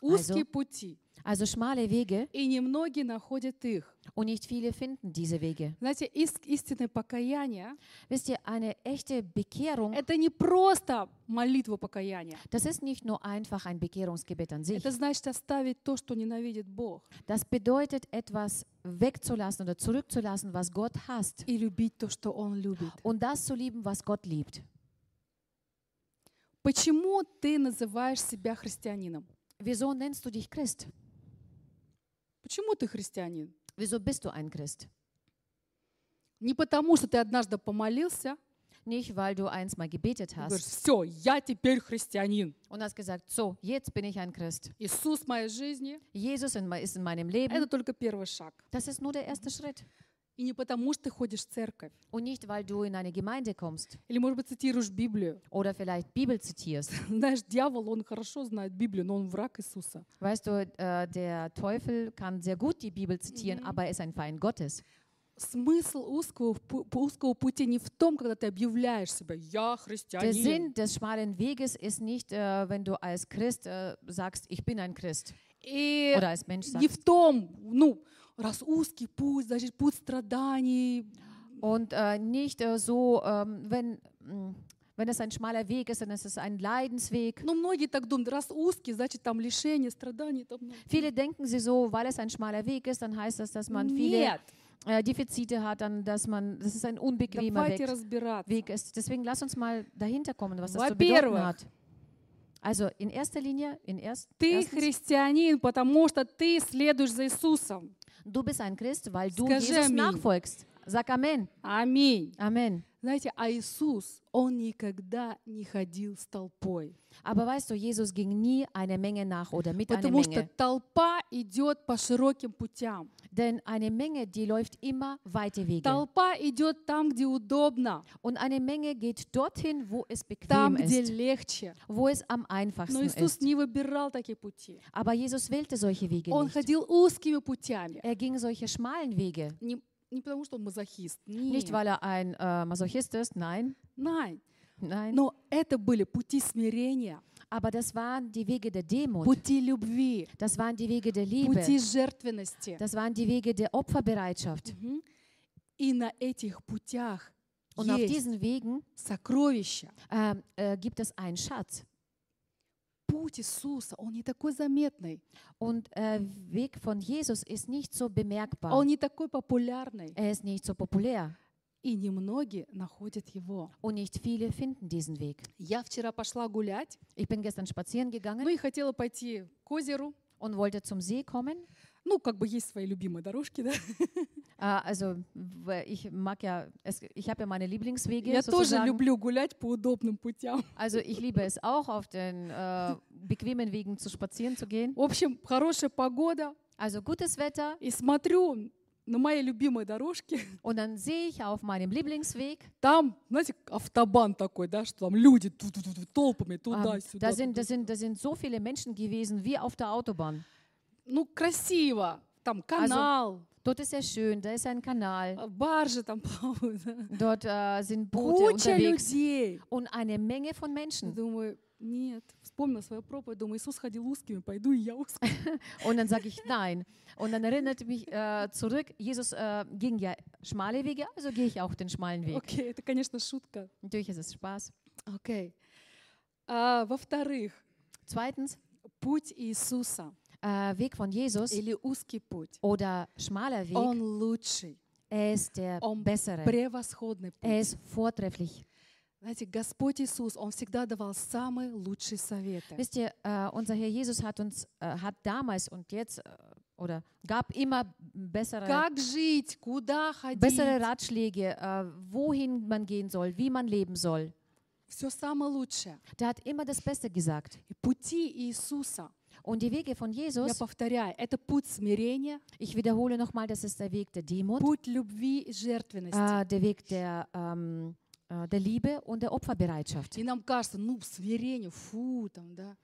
A: узкие пути,
B: Also schmale Wege
A: и немногие находят их.
B: und nicht viele finden diese Wege.
A: Знаете, ис- истинное покаяние
B: Wisst ihr, eine echte
A: —
B: Bekehrung,
A: это не просто молитва покаяния.
B: das ist nicht nur einfach ein Bekehrungsgebet an sich.
A: Это значит оставить то, что ненавидит Бог,
B: Das bedeutet, etwas wegzulassen oder zurückzulassen, was Gott hasst.
A: и любить то, что Он любит.
B: Und das zu lieben, was Gott liebt.
A: Почему ты называешь себя христианином?
B: Wieso nennst du dich Christ?
A: Почему ты христианин?
B: Wieso bist du ein Christ?
A: Не потому, что ты однажды помолился
B: Nicht, weil du einst mal gebetet
A: и говоришь,
B: hast
A: все, я теперь христианин.
B: und hast gesagt, so, jetzt bin ich ein Christ.
A: Иисус в моей жизни
B: Jesus in me- ist in meinem
A: – это
B: Leben.
A: только первый шаг.
B: Das ist nur der erste Schritt.
A: И не потому, что ты ходишь в церковь,
B: Und nicht, weil du in eine Gemeinde kommst
A: или, может быть, цитируешь Библию.
B: oder vielleicht Bibel zitierst.
A: Знаешь, дьявол, он хорошо знает Библию, но он враг Иисуса.
B: Weißt du, äh, der Teufel kann sehr gut die Bibel zitieren, aber er ist ein Feind Gottes.
A: Смысл узкого, пу- узкого пути не в том, когда ты объявляешь себя «я
B: Der
A: христианин»,
B: Sinn des schmalen Weges ist nicht, äh, wenn du als Christ äh, sagst, ich bin ein Christ.
A: и
B: Oder als Mensch
A: не
B: sagst.
A: в том, ну, раз узкий путь, значит, путь страданий,
B: Und äh, nicht äh, so, ähm, wenn, mh, wenn es ein schmaler Weg ist, dann ist es ein Leidensweg.
A: Ну, многие так думают, раз узкий, значит, там лишение, страдания. Там... ну.
B: Viele denken sie so, weil es ein schmaler Weg ist, dann heißt das, dass man viele
A: Нет,
B: äh, Defizite hat, dann, dass man, dass es ein unbequemer
A: давайте
B: Weg,
A: разбираться.
B: Weg ist. Deswegen lass uns mal dahinter kommen, was das zu bedeuten
A: Во-первых.
B: hat. Also in erster Linie, in erst,
A: Ты
B: erstens,
A: христианин, потому что ты следуешь за Иисусом.
B: du bist ein Christ, weil du
A: Скажи
B: Jesus
A: аминь.
B: nachfolgst. Sag Amen.
A: Аминь.
B: Amen.
A: Знаете, а Иисус, Он никогда не ходил с толпой.
B: Aber weißt du, Jesus ging nie einer Menge nach oder mit einer
A: Потому что
B: Menge.
A: толпа идет по широким путям.
B: Denn eine Menge, die läuft immer weite Wege.
A: Толпа идет там, где удобно,
B: Und eine Menge geht dorthin, wo es
A: там,
B: bequem
A: где
B: ist,
A: легче.
B: wo es am
A: Но
B: einfachsten
A: Иисус
B: ist.
A: не выбирал такие пути.
B: Aber Jesus wählte solche Wege
A: Он
B: nicht.
A: ходил узкими путями.
B: Er ging solche schmalen Wege.
A: Не, не потому, что он мазохист.
B: Nicht,
A: Нет.
B: weil er ein äh, Masochist ist, nein,
A: Най.
B: nein.
A: Но это были пути смирения,
B: Aber das waren die Wege der Demut.
A: пути любви,
B: Das waren die Wege der
A: пути
B: Liebe.
A: жертвенности.
B: Das waren die Wege der Opferbereitschaft.
A: И на этих путях
B: Und auf
A: есть
B: diesen Wegen
A: сокровища.
B: ähm, äh, gibt es einen Schatz.
A: Путь Иисуса, он не такой заметный,
B: Und äh, Weg von Jesus ist nicht so bemerkbar.
A: он не такой популярный.
B: Er ist nicht so populär.
A: И немногие находят его.
B: Und nicht viele finden diesen Weg.
A: Я вчера пошла гулять,
B: Ich bin gestern spazieren
A: ну
B: gegangen
A: и хотела пойти к озеру.
B: und wollte zum See kommen.
A: Ну, как бы есть свои любимые дорожки, да?
B: Äh, also w- ich mag ja, es, ich habe ja meine Lieblingswege.
A: Я тоже
B: sozusagen.
A: люблю гулять по удобным путям.
B: Also ich liebe es auch, auf den äh, bequemen Wegen zu spazieren zu gehen.
A: В общем, хорошая погода,
B: Also gutes Wetter
A: и смотрю на моей любимой дорожке,
B: und dann sehe ich auf meinem Lieblingsweg,
A: Там, знаете, автобан такой, да, что там люди ту- ту- ту- ту- толпами
B: ähm,
A: туда-сюда.
B: da, sind, da, sind, da sind so viele Menschen gewesen wie auf der Autobahn.
A: Ну, красиво. Там канал,
B: Also, Dort ist ja schön, da ist ein Kanal,
A: а, баржи там плавают. да.
B: dort äh, sind Boote
A: Куча
B: unterwegs
A: людей.
B: und eine Menge von Menschen.
A: Думаю, нет, вспомнила свою проповедь, думаю, Иисус ходил узкими, пойду и я узкой.
B: Und dann sage ich nein. Und dann erinnert mich äh, zurück, Jesus äh, ging ja schmale Wege, also gehe ich auch den schmalen Weg.
A: Окей, это, конечно, шутка.
B: Natürlich ist es Spaß.
A: Окей. А, во-вторых,
B: Zweitens,
A: путь Иисуса
B: äh, Weg von Jesus
A: или узкий путь,
B: oder schmaler Weg,
A: он лучший,
B: er ist der
A: он
B: bessere,
A: превосходный
B: er
A: путь.
B: ist vortrefflich.
A: Знаете, Господь Иисус, Он всегда давал самые лучшие советы.
B: Wisst ihr, äh, unser Herr Jesus hat uns, äh, hat damals und jetzt, äh, oder gab immer bessere
A: Как жить, куда ходить,
B: bessere Ratschläge, äh, wohin man gehen soll, wie man leben soll.
A: все самое лучшее.
B: Der hat immer das Beste gesagt.
A: И пути Иисуса,
B: Und die Wege von
A: я
B: Jesus,
A: повторяю, это путь смирения,
B: ich wiederhole nochmal, das ist der Weg der Demut,
A: путь любви и жертвенности.
B: äh, der Weg der, ähm, äh, der Liebe und der Opferbereitschaft.
A: И нам кажется, ну, смирение, фу, там, да.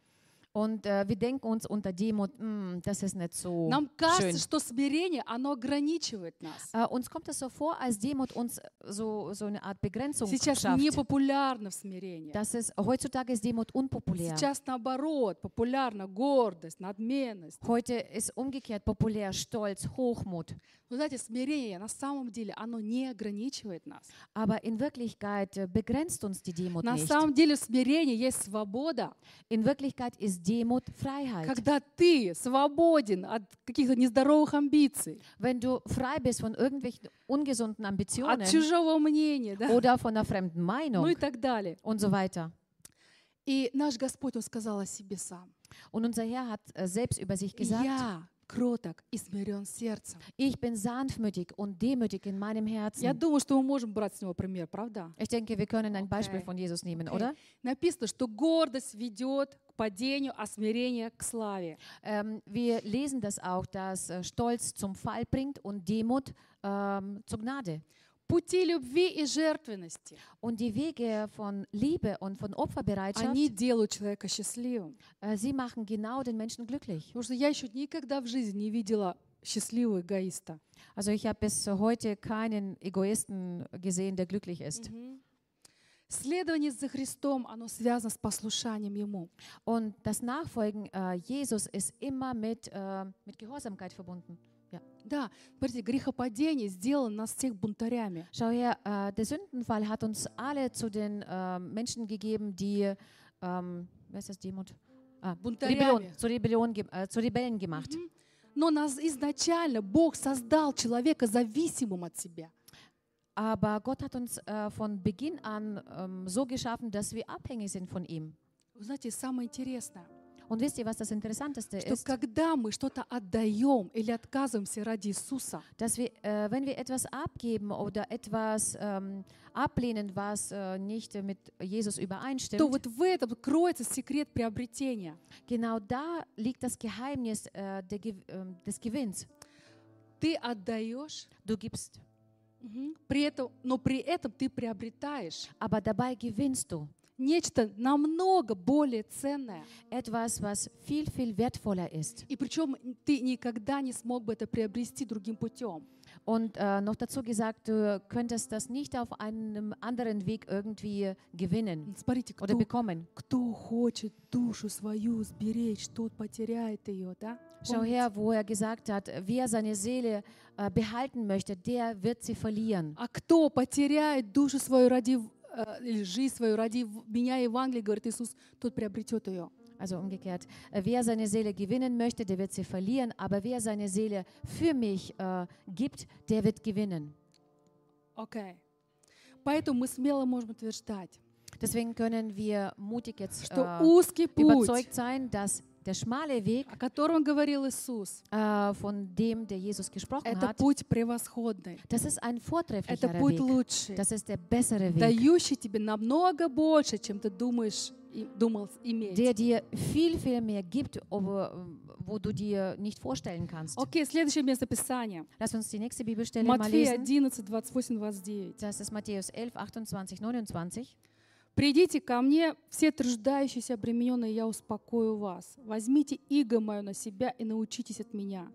B: Und äh, wir denken uns unter Demut, "Mm, das ist nicht so
A: Нам
B: schön.
A: кажется, что смирение, оно ограничивает нас.
B: Äh, uns kommt es so vor, als Demut uns so, so eine Art Begrenzung
A: Сейчас
B: schafft.
A: не популярно в смирении.
B: Das ist, heutzutage ist Demut unpopulär.
A: Сейчас наоборот, популярна гордость, надменность.
B: Heute ist umgekehrt populär Stolz, Hochmut.
A: Вы знаете, смирение на самом деле, оно не ограничивает нас.
B: Aber in Wirklichkeit äh, begrenzt uns die Demut
A: На
B: nicht.
A: самом деле в смирении есть свобода,
B: In Wirklichkeit ist Demut Freiheit.
A: когда ты свободен от каких-то нездоровых амбиций,
B: Wenn du frei bist von irgendwelchen ungesunden
A: от
B: Ambitionen
A: чужого мнения, да,
B: oder von einer fremden
A: ну и
B: Meinung
A: так далее.
B: und so weiter.
A: И наш Господь, Он сказал о себе сам.
B: Und unser Herr hat äh, selbst über sich gesagt,
A: Я кроток и смирен сердцем.
B: ich bin sanftmütig und demütig in meinem Herzen.
A: Я думаю, что мы можем брать с него пример, правда?
B: Ich denke, wir können ein Beispiel
A: Okay.
B: von Jesus nehmen,
A: Okay.
B: oder?
A: Э, Написано, что гордость ведет к падению, а смирение к славе.
B: Ähm, wir lesen das auch, dass äh, Stolz zum Fall bringt und Demut ähm, zur Gnade.
A: Пути любви и жертвенности,
B: Und die Wege von Liebe und von Opferbereitschaft,
A: они делают человека счастливым.
B: äh, sie machen genau den Menschen glücklich.
A: Потому что я еще никогда в жизни не видела счастливого эгоиста.
B: Also ich habe bis heute keinen Egoisten gesehen, der glücklich ist.
A: Mhm. Следование за Христом, оно связано с послушанием Ему.
B: Und das Nachfolgen äh, Jesus ist immer mit, äh, mit Gehorsamkeit verbunden.
A: Да, смотрите, грехопадение сделало нас всех бунтарями.
B: Schau her, äh, der Sündenfall hat uns alle zu den äh, Menschen gegeben, die, ähm, wer ist das, Demut? Ah,
A: Бунтарями.
B: Rebellion, zu, Rebellion, ge- äh, zu Rebellen gemacht.
A: Но нас изначально Бог создал человека зависимым от себя.
B: Aber Gott hat uns äh, von Beginn an ähm, so geschaffen, dass wir abhängig sind von ihm.
A: Вы знаете, самое интересное,
B: Und wisst ihr, was das Interessanteste
A: что
B: ist?
A: когда мы что-то отдаем или отказываемся ради Иисуса,
B: Dass wir, äh, wenn wir etwas abgeben oder etwas ähm, ablehnen, was äh, nicht äh, mit Jesus
A: то
B: übereinstimmt,
A: вот в этом кроется секрет приобретения.
B: genau da liegt das Geheimnis äh, der, Ge- ähm, des Gewinns.
A: Ты отдаешь,
B: Du gibst,
A: при этом, но при этом ты приобретаешь
B: aber dabei gewinnst du.
A: нечто намного более ценное.
B: Etwas, was viel, viel wertvoller ist.
A: И причем ты никогда не смог бы это приобрести другим путем.
B: Und äh, noch dazu gesagt, du könntest das nicht auf einem anderen Weg irgendwie gewinnen
A: Смотрите,
B: oder
A: кто,
B: bekommen.
A: кто хочет душу свою сберечь, тот потеряет ее, да?
B: Schau
A: Помните?
B: her, wo er gesagt hat, wer seine Seele äh, behalten möchte, der wird sie verlieren.
A: А кто потеряет душу свою ради в- э, или жизнь свою ради в- меня Евангелие, говорит Иисус, тот приобретет ее.
B: Also umgekehrt, äh, wer seine Seele gewinnen möchte, der wird sie verlieren, aber wer seine Seele für mich äh, gibt, der wird gewinnen.
A: Окей. Поэтому мы смело можем утверждать,
B: Deswegen können wir mutig jetzt
A: что
B: äh,
A: узкий путь,
B: überzeugt sein, dass der schmale Weg,
A: о котором говорил Иисус,
B: äh, von dem der Jesus gesprochen
A: это
B: hat,
A: путь превосходный,
B: das ist ein
A: это
B: vortrefflicher
A: путь
B: Weg.
A: лучший,
B: Das ist der bessere Weg.
A: дающий тебе намного больше, чем ты думаешь и думал иметь.
B: der dir viel, viel mehr gibt, wo, wo du dir nicht vorstellen kannst.
A: Окей, следующее место Писания.
B: Lass uns die nächste Bibelstelle mal
A: Матфея
B: lesen.
A: 11, 28, 29.
B: Das ist Matthäus 11, 28, 29.
A: «Придите ко мне, все труждающиеся обремененные, я успокою вас. Возьмите иго мое на себя и научитесь от меня,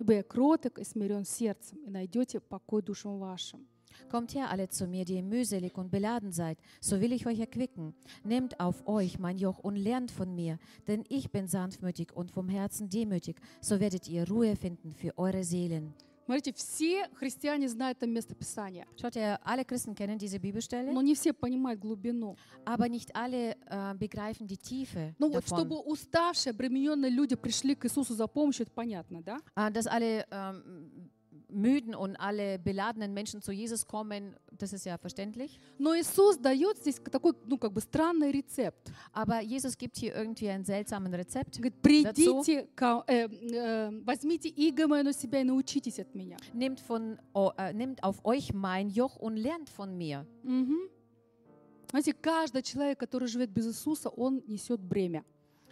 A: ибо я кроток и смирен сердцем, и найдете покой душам вашим».
B: Kommt her alle zu mir, die ihr mühselig und beladen seid, so will ich euch erquicken. Nehmt auf euch mein Joch und lernt von mir, denn ich bin sanftmütig und vom Herzen demütig, so werdet ihr Ruhe finden für eure Seelen.
A: Смотрите, все христиане знают это местописание,
B: Schaut ihr, alle Christen kennen diese Bibelstelle,
A: но не все понимают глубину.
B: aber nicht alle äh, begreifen die Tiefe
A: Ну вот,
B: davon.
A: чтобы уставшие, обремененные люди пришли к Иисусу за помощью, это понятно, да?
B: Äh, dass alle ähm, müden und alle beladenen Menschen zu Jesus kommen, das ist ja verständlich.
A: Но Иисус дает здесь такой, ну как бы странный рецепт.
B: Aber Jesus gibt hier irgendwie einen seltsamen Rezept.
A: Говорит, придите, ко- э, э, возьмите иго мое на себя и научитесь от меня.
B: Nehmt, von, o- äh, nehmt auf euch mein Joch und lernt von mir.
A: Мгм. Знаете, каждый человек, который живет без Иисуса, он несет бремя.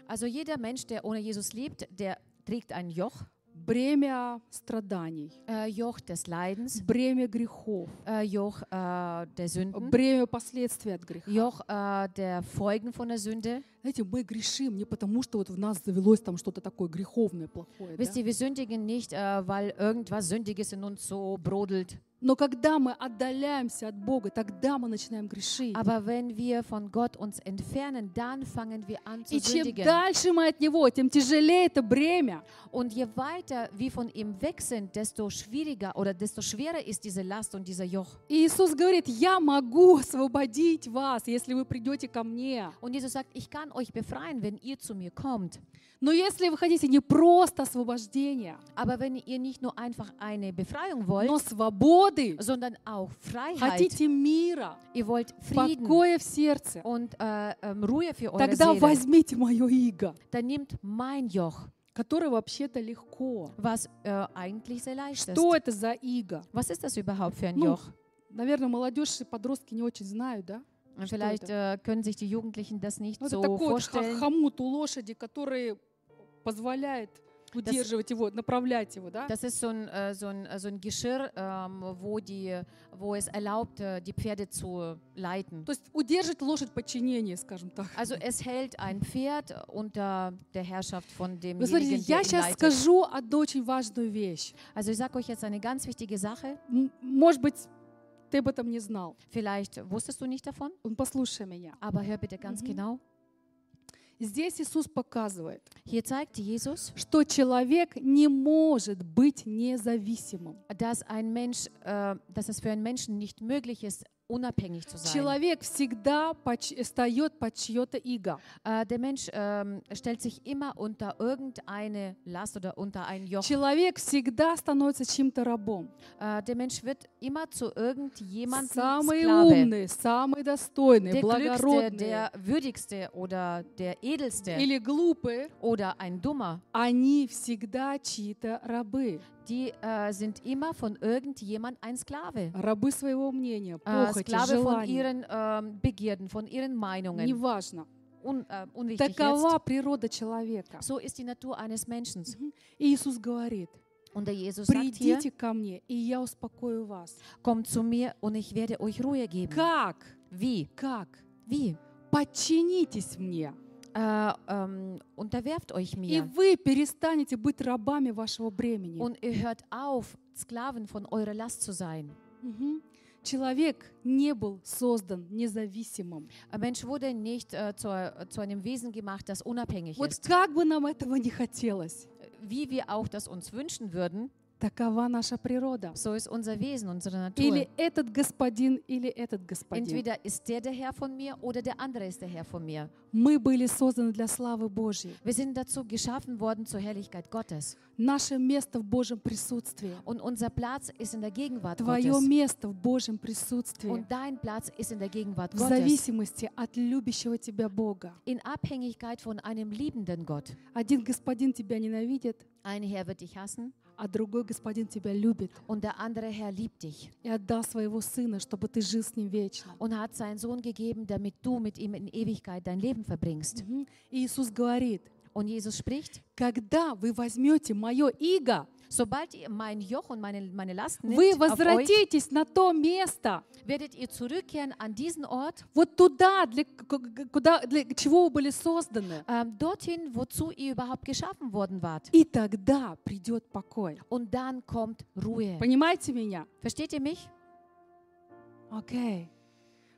B: Also jeder Mensch, der ohne Jesus lebt, der trägt ein Joch.
A: Бремя страданий,
B: Äh, Joch des Leidens,
A: бремя грехов,
B: äh, Joch äh, der Sünden,
A: бремя последствий от греха.
B: Joch äh, der Folgen von der Sünde.
A: Знаете, мы грешим не потому, что вот в нас завелось там что-то такое греховное, плохое. да.
B: Wisst ihr, wir sündigen nicht, äh, weil irgendwas Sündiges in uns so brodelt.
A: Но когда мы отдаляемся от Бога, тогда мы начинаем грешить.
B: Aber wenn wir von Gott uns entfernen, dann fangen wir an zu
A: И чем
B: sündigen.
A: дальше мы от Него, тем тяжелее это бремя.
B: Und je weiter wir von ihm weg sind, desto schwieriger oder desto schwerer ist diese Last und dieser Joch.
A: И Иисус говорит, я могу освободить вас, если вы придете ко мне.
B: Und Jesus sagt, ich kann euch befreien, wenn ihr zu mir kommt.
A: Но если вы хотите не просто освобождения,
B: Aber wenn ihr nicht nur einfach eine Befreiung wollt,
A: но свободы,
B: sondern auch Freiheit,
A: хотите мира,
B: ihr wollt Frieden
A: покоя в сердце,
B: und äh, ähm, Ruhe für eure
A: тогда
B: Seele,
A: возьмите мое иго,
B: dann nehmt mein Joch,
A: которое вообще-то легко.
B: was äh, eigentlich sehr leicht ist.
A: Что это за иго?
B: Was ist das überhaupt für ein
A: Ну,
B: Joch?
A: Наверное, молодежь и подростки не очень знают, да? что
B: Vielleicht äh, können sich die Jugendlichen das nicht
A: Ну, это
B: so
A: такой вот ха-
B: vorstellen.
A: хомут у лошади, который позволяет удерживать его, направлять его, да?
B: Das ist so ein, äh, so ein, äh, so ein Geschirr, ähm, wo, die, wo es erlaubt, äh, die Pferde zu leiten.
A: То есть удержит лошадь подчинение, скажем так.
B: Also es hält ein Pferd unter der Herrschaft von
A: Вы
B: demjenigen,
A: смотрите,
B: der
A: я
B: ihn
A: сейчас
B: leitet.
A: скажу одну очень важную вещь.
B: Also ich sage euch jetzt eine ganz wichtige Sache.
A: М- Может быть, ты об этом не знал.
B: Vielleicht wusstest du nicht davon,
A: Ну, Послушай меня.
B: aber hör bitte ganz
A: Mhm.
B: genau.
A: Здесь Иисус показывает,
B: Hier zeigt Jesus,
A: что человек не может быть независимым.
B: dass ein Mensch, äh, dass es für einen Menschen nicht möglich ist, unabhängig zu sein.
A: Человек всегда поч- встает под чье-то иго.
B: Äh, der Mensch ähm, stellt sich immer unter irgendeine Last oder unter ein Joch.
A: Человек всегда становится чьим-то рабом.
B: Äh, der Mensch wird immer zu irgendjemandem
A: Самые
B: Sklave.
A: умные, самые достойные,
B: Der Glückste,
A: благородные
B: der Würdigste oder der Edelste.
A: или глупые,
B: oder ein Dummer,
A: они всегда чьи-то рабы.
B: die äh, sind immer von irgendjemand ein Sklave.
A: Рабы своего мнения,
B: Äh,
A: похоти,
B: Sklave von
A: желаний.
B: ihren ähm, Begierden, von ihren Meinungen.
A: Неважно.
B: Un, äh, unwichtig jetzt.
A: Такова природа человека.
B: So ist die Natur eines Menschen.
A: И Иисус говорит,
B: Und der Jesus sagt hier,
A: придите ко мне, и я успокою вас.
B: kommt zu mir und ich werde euch Ruhe geben.
A: Как?
B: Wie?
A: Как?
B: Wie?
A: Подчинитесь мне,
B: Äh, ähm, unterwerft euch
A: и
B: mir.
A: вы перестанете быть рабами вашего бремени.
B: Und ihr hört auf, Sklaven von eurer Last zu sein.
A: Мгм. Человек не был создан независимым.
B: Ein Mensch wurde nicht äh, zu, zu einem Wesen gemacht, das unabhängig
A: Вот
B: ist.
A: как бы нам этого не хотелось,
B: Wie wir auch das uns wünschen würden,
A: такова наша природа.
B: So ist unser Wesen, unsere Natur.
A: Или этот господин, или этот господин.
B: Entweder ist der der Herr von mir oder der andere ist der Herr von mir.
A: Мы были созданы для славы Божьей.
B: Wir sind dazu geschaffen worden zur Herrlichkeit Gottes.
A: Наше место в Божьем присутствии.
B: Und unser Platz ist in der Gegenwart
A: Твое
B: Gottes.
A: место в Божьем присутствии.
B: Und dein Platz ist in der Gegenwart
A: В
B: Gottes.
A: зависимости от любящего тебя Бога.
B: In Abhängigkeit von einem liebenden Gott.
A: Один господин тебя ненавидит,
B: Ein Herr wird dich hassen
A: а другой господин тебя любит
B: und der andere Herr liebt dich
A: и отдал своего сына, чтобы ты жил с ним вечно.
B: und hat seinen Sohn gegeben, damit du mit ihm in Ewigkeit dein Leben verbringst.
A: Мгм. И Иисус говорит,
B: Und Jesus spricht,
A: когда вы возьмете мое иго,
B: sobald ihr mein Joch und meine, meine Last
A: вы
B: nimmt, auf euch,
A: возвратитесь на то место,
B: werdet ihr zurückkehren an diesen Ort,
A: вот туда, для, к- к- куда, для чего вы были созданы.
B: ähm, dorthin, wozu ihr überhaupt geschaffen worden wart.
A: И тогда придет покой.
B: Und dann kommt Ruhe.
A: Понимаете меня?
B: Versteht ihr mich?
A: Окей.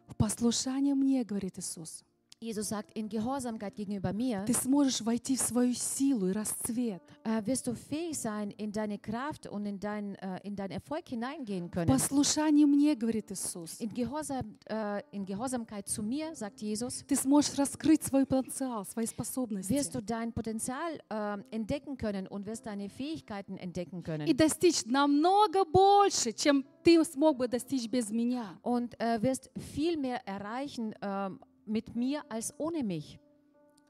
A: В послушание мне, говорит Иисус,
B: Jesus sagt, in Gehorsamkeit gegenüber mir
A: ты sможешь войти в свою силу и расцвет.
B: äh, wirst du fähig sein, in deine Kraft und in, dein, äh, in deinen Erfolg hineingehen
A: В
B: können.
A: послушании мне, говорит Иисус,
B: In, Gehorsam, äh, in Gehorsamkeit zu mir, sagt Jesus,
A: ты сможешь раскрыть свой потенциал, свои
B: wirst
A: способности
B: du dein Potenzial ähm, entdecken können und wirst deine Fähigkeiten entdecken
A: и
B: können.
A: достичь намного больше, чем ты смог бы достичь без меня.
B: Und äh, wirst viel mehr erreichen ähm, mit mir als ohne mich.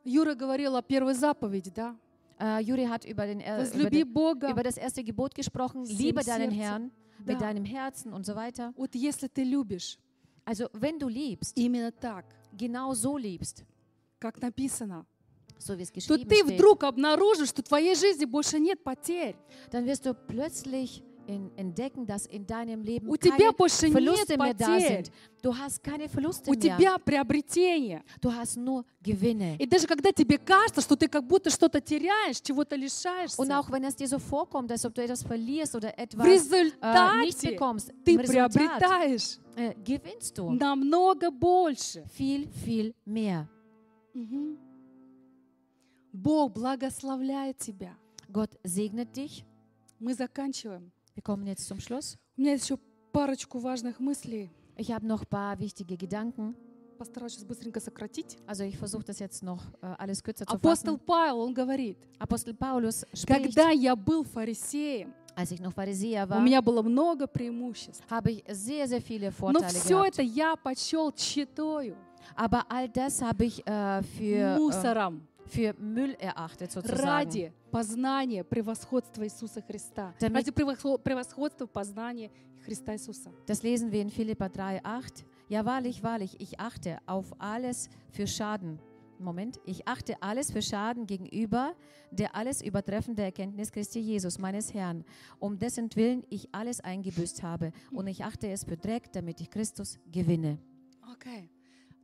A: Юра говорил о первой заповеди, да?
B: Äh, Juri hat über den, äh, über
A: Возлюби
B: den
A: Бога.
B: über das erste Gebot gesprochen,
A: Всем
B: liebe deinen
A: сердцем.
B: Herrn
A: Да.
B: mit deinem Herzen und so weiter.
A: Вот если ты любишь
B: Also wenn du liebst,
A: именно так,
B: genau so liebst,
A: как написано,
B: so wie es
A: то
B: geschrieben
A: ты
B: steht,
A: вдруг обнаружишь, что в твоей жизни больше нет потерь.
B: dann wirst du plötzlich in, entdecken, dass in deinem Leben
A: У тебя
B: keine
A: больше нет
B: Verluste mehr da
A: потерь.
B: sind. Du hast keine Verluste
A: У
B: mehr,
A: тебя приобретение.
B: du hast nur Gewinne.
A: И даже когда тебе кажется, что ты как будто что-то теряешь, чего-то лишаешься,
B: Und auch wenn es dir so vorkommt, als ob du etwas verlierst oder
A: в
B: etwas äh, nicht
A: результате
B: bekommst,
A: ты
B: im Resultat
A: приобретаешь
B: äh, gewinnst du
A: намного больше.
B: viel, viel mehr.
A: Мгм. Бог благословляет тебя.
B: Gott segnet dich.
A: Мы заканчиваем.
B: Wir kommen jetzt zum Schluss.
A: У меня есть еще парочку важных мыслей.
B: Ich habe noch ein paar wichtige Gedanken.
A: постараюсь сейчас быстренько сократить.
B: Also ich versuche das jetzt noch äh, alles kürzer zu
A: Апостол
B: fassen.
A: Павел, он говорит,
B: Apostel Paulus spricht,
A: когда я был фарисеем,
B: als ich noch Pharisäer
A: у
B: war,
A: меня было много преимуществ.
B: habe ich sehr, sehr viele
A: Но
B: Vorteile
A: все
B: gehabt.
A: это я почел читою,
B: Aber all das habe ich äh, für,
A: мусором,
B: äh, für Müll erachtet sozusagen.
A: ради познания превосходства Иисуса Христа.
B: Damit-
A: Ради превосхо- превосходства познания Христа Иисуса.
B: Das lesen wir in Philippa 3, 8. Ja, wahrlich, wahrlich, ich achte auf alles für Schaden. Moment, ich achte alles für Schaden gegenüber der alles übertreffende Erkenntnis Christi Jesus, meines Herrn, um dessen Willen ich alles eingebüßt habe. Und ich achte es für Dreck, damit ich Christus gewinne.
A: Окей.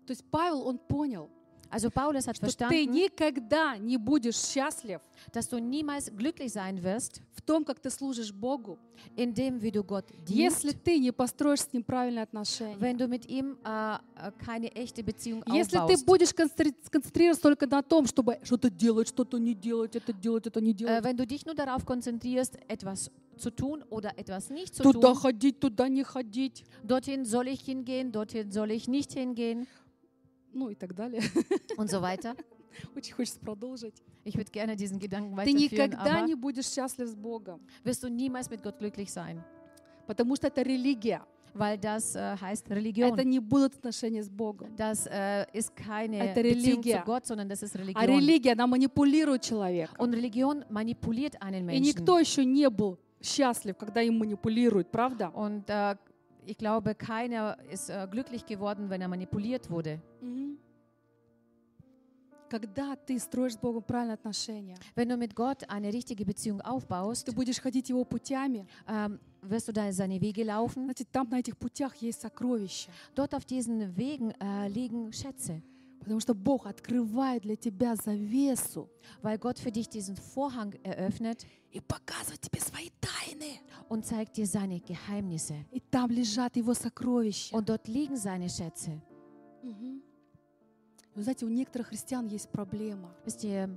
A: То есть Павел, он понял,
B: Also Paulus hat
A: что ты
B: verstanden,
A: никогда не будешь счастлив
B: dass du niemals glücklich sein wirst,
A: в том, как ты служишь Богу,
B: indem wie du Gott
A: если
B: dienst,
A: ты не построишь с Ним правильные отношения.
B: wenn du mit ihm äh, äh, keine echte Beziehung
A: Если ты
B: aufbaust.
A: будешь констри- сконцентрироваться только на том, чтобы что-то делать, что-то не делать, это делать, это не
B: Äh,
A: делать,
B: wenn du dich nur darauf konzentrierst, etwas zu tun oder etwas nicht zu
A: туда
B: tun,
A: ходить, туда не ходить,
B: dorthin soll ich hingehen, dorthin soll ich nicht hingehen
A: ну и так далее.
B: und so weiter.
A: Очень хочется продолжить.
B: Ich würde gerne diesen Gedanken
A: Ты
B: weiterführen,
A: никогда
B: aber
A: не будешь счастлив с Богом,
B: wirst du niemals mit Gott glücklich sein,
A: потому что это религия.
B: weil das äh, heißt
A: Это
B: Religion.
A: не будут отношения с Bogom.
B: Das äh, ist keine
A: Это
B: Beziehung zu
A: религия.
B: Gott, sondern das ist
A: А
B: Religion.
A: религия, она манипулирует человеком.
B: Und Religion manipuliert einen
A: И
B: Menschen.
A: никто еще не был счастлив, когда им манипулируют, правда?
B: Und äh, ich glaube, keiner ist äh, glücklich geworden, wenn er manipuliert wurde.
A: Мгм. Когда ты строишь с Богом правильные отношения,
B: Wenn du mit Gott eine richtige Beziehung
A: ты
B: aufbaust,
A: будешь ходить Его putями,
B: ähm, wirst du da seine Wege laufen.
A: значит, там на этих путях есть сокровища.
B: Dort auf diesen Wegen äh, liegen Schätze,
A: Потому что Бог открывает для тебя завесу
B: weil Gott für dich diesen Vorhang eröffnet
A: и показывает тебе свои тайны.
B: und zeigt dir seine Geheimnisse.
A: И там лежат Его сокровища.
B: Und dort liegen seine Schätze.
A: Мгм. Вы знаете, у некоторых христиан есть проблема.
B: Wisst ihr,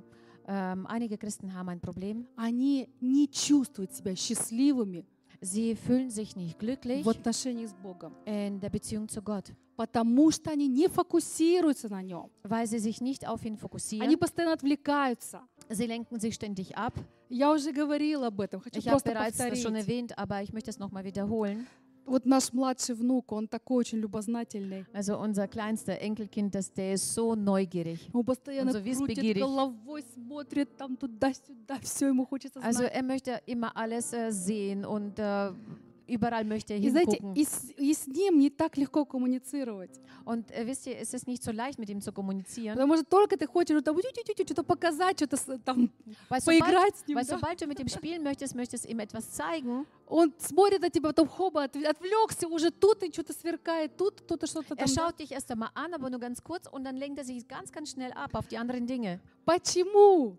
B: ähm, einige Christen haben ein Problem.
A: Они не чувствуют себя счастливыми
B: Sie fühlen sich nicht glücklich
A: в отношении с Богом,
B: in der Beziehung zu Gott,
A: потому что они не фокусируются на Нем.
B: weil sie sich nicht auf ihn
A: Они
B: fokussieren.
A: постоянно отвлекаются.
B: Sie lenken sich ständig ab.
A: Я уже говорила об этом, хочу
B: Ich habe
A: просто
B: bereits das schon
A: повторить.
B: erwähnt, aber ich möchte es nochmal wiederholen.
A: Вот наш младший внук, он такой очень любознательный.
B: Also unser kleinster Enkelkind, das, der ist so neugierig.
A: Он постоянно
B: Он завис,
A: крутит
B: бегирик.
A: головой, смотрит там туда-сюда, все ему хочется
B: Also
A: знать.
B: er möchte immer alles äh, sehen und äh, überall möchte er
A: И знаете,
B: hingucken.
A: и с, и с ним не так легко коммуницировать.
B: Und äh, wisst ihr, es ist nicht so leicht, mit ihm zu kommunizieren.
A: Потому что только ты хочешь ну, там, «Тю-тю-тю-тю», что-то показать, что-то с- там
B: Weil sobald,
A: поиграть с ним.
B: weil
A: да.
B: sobald du mit ihm spielen möchtest, möchtest ihm etwas zeigen.
A: Он смотрит на тебя, потом хоба, отвлекся, уже тут и что-то сверкает, тут кто-то что-то там.
B: Er
A: да.
B: schaut dich erst einmal an, aber nur ganz kurz und dann lenkt er sich ganz, ganz schnell ab auf die anderen Dinge.
A: Почему?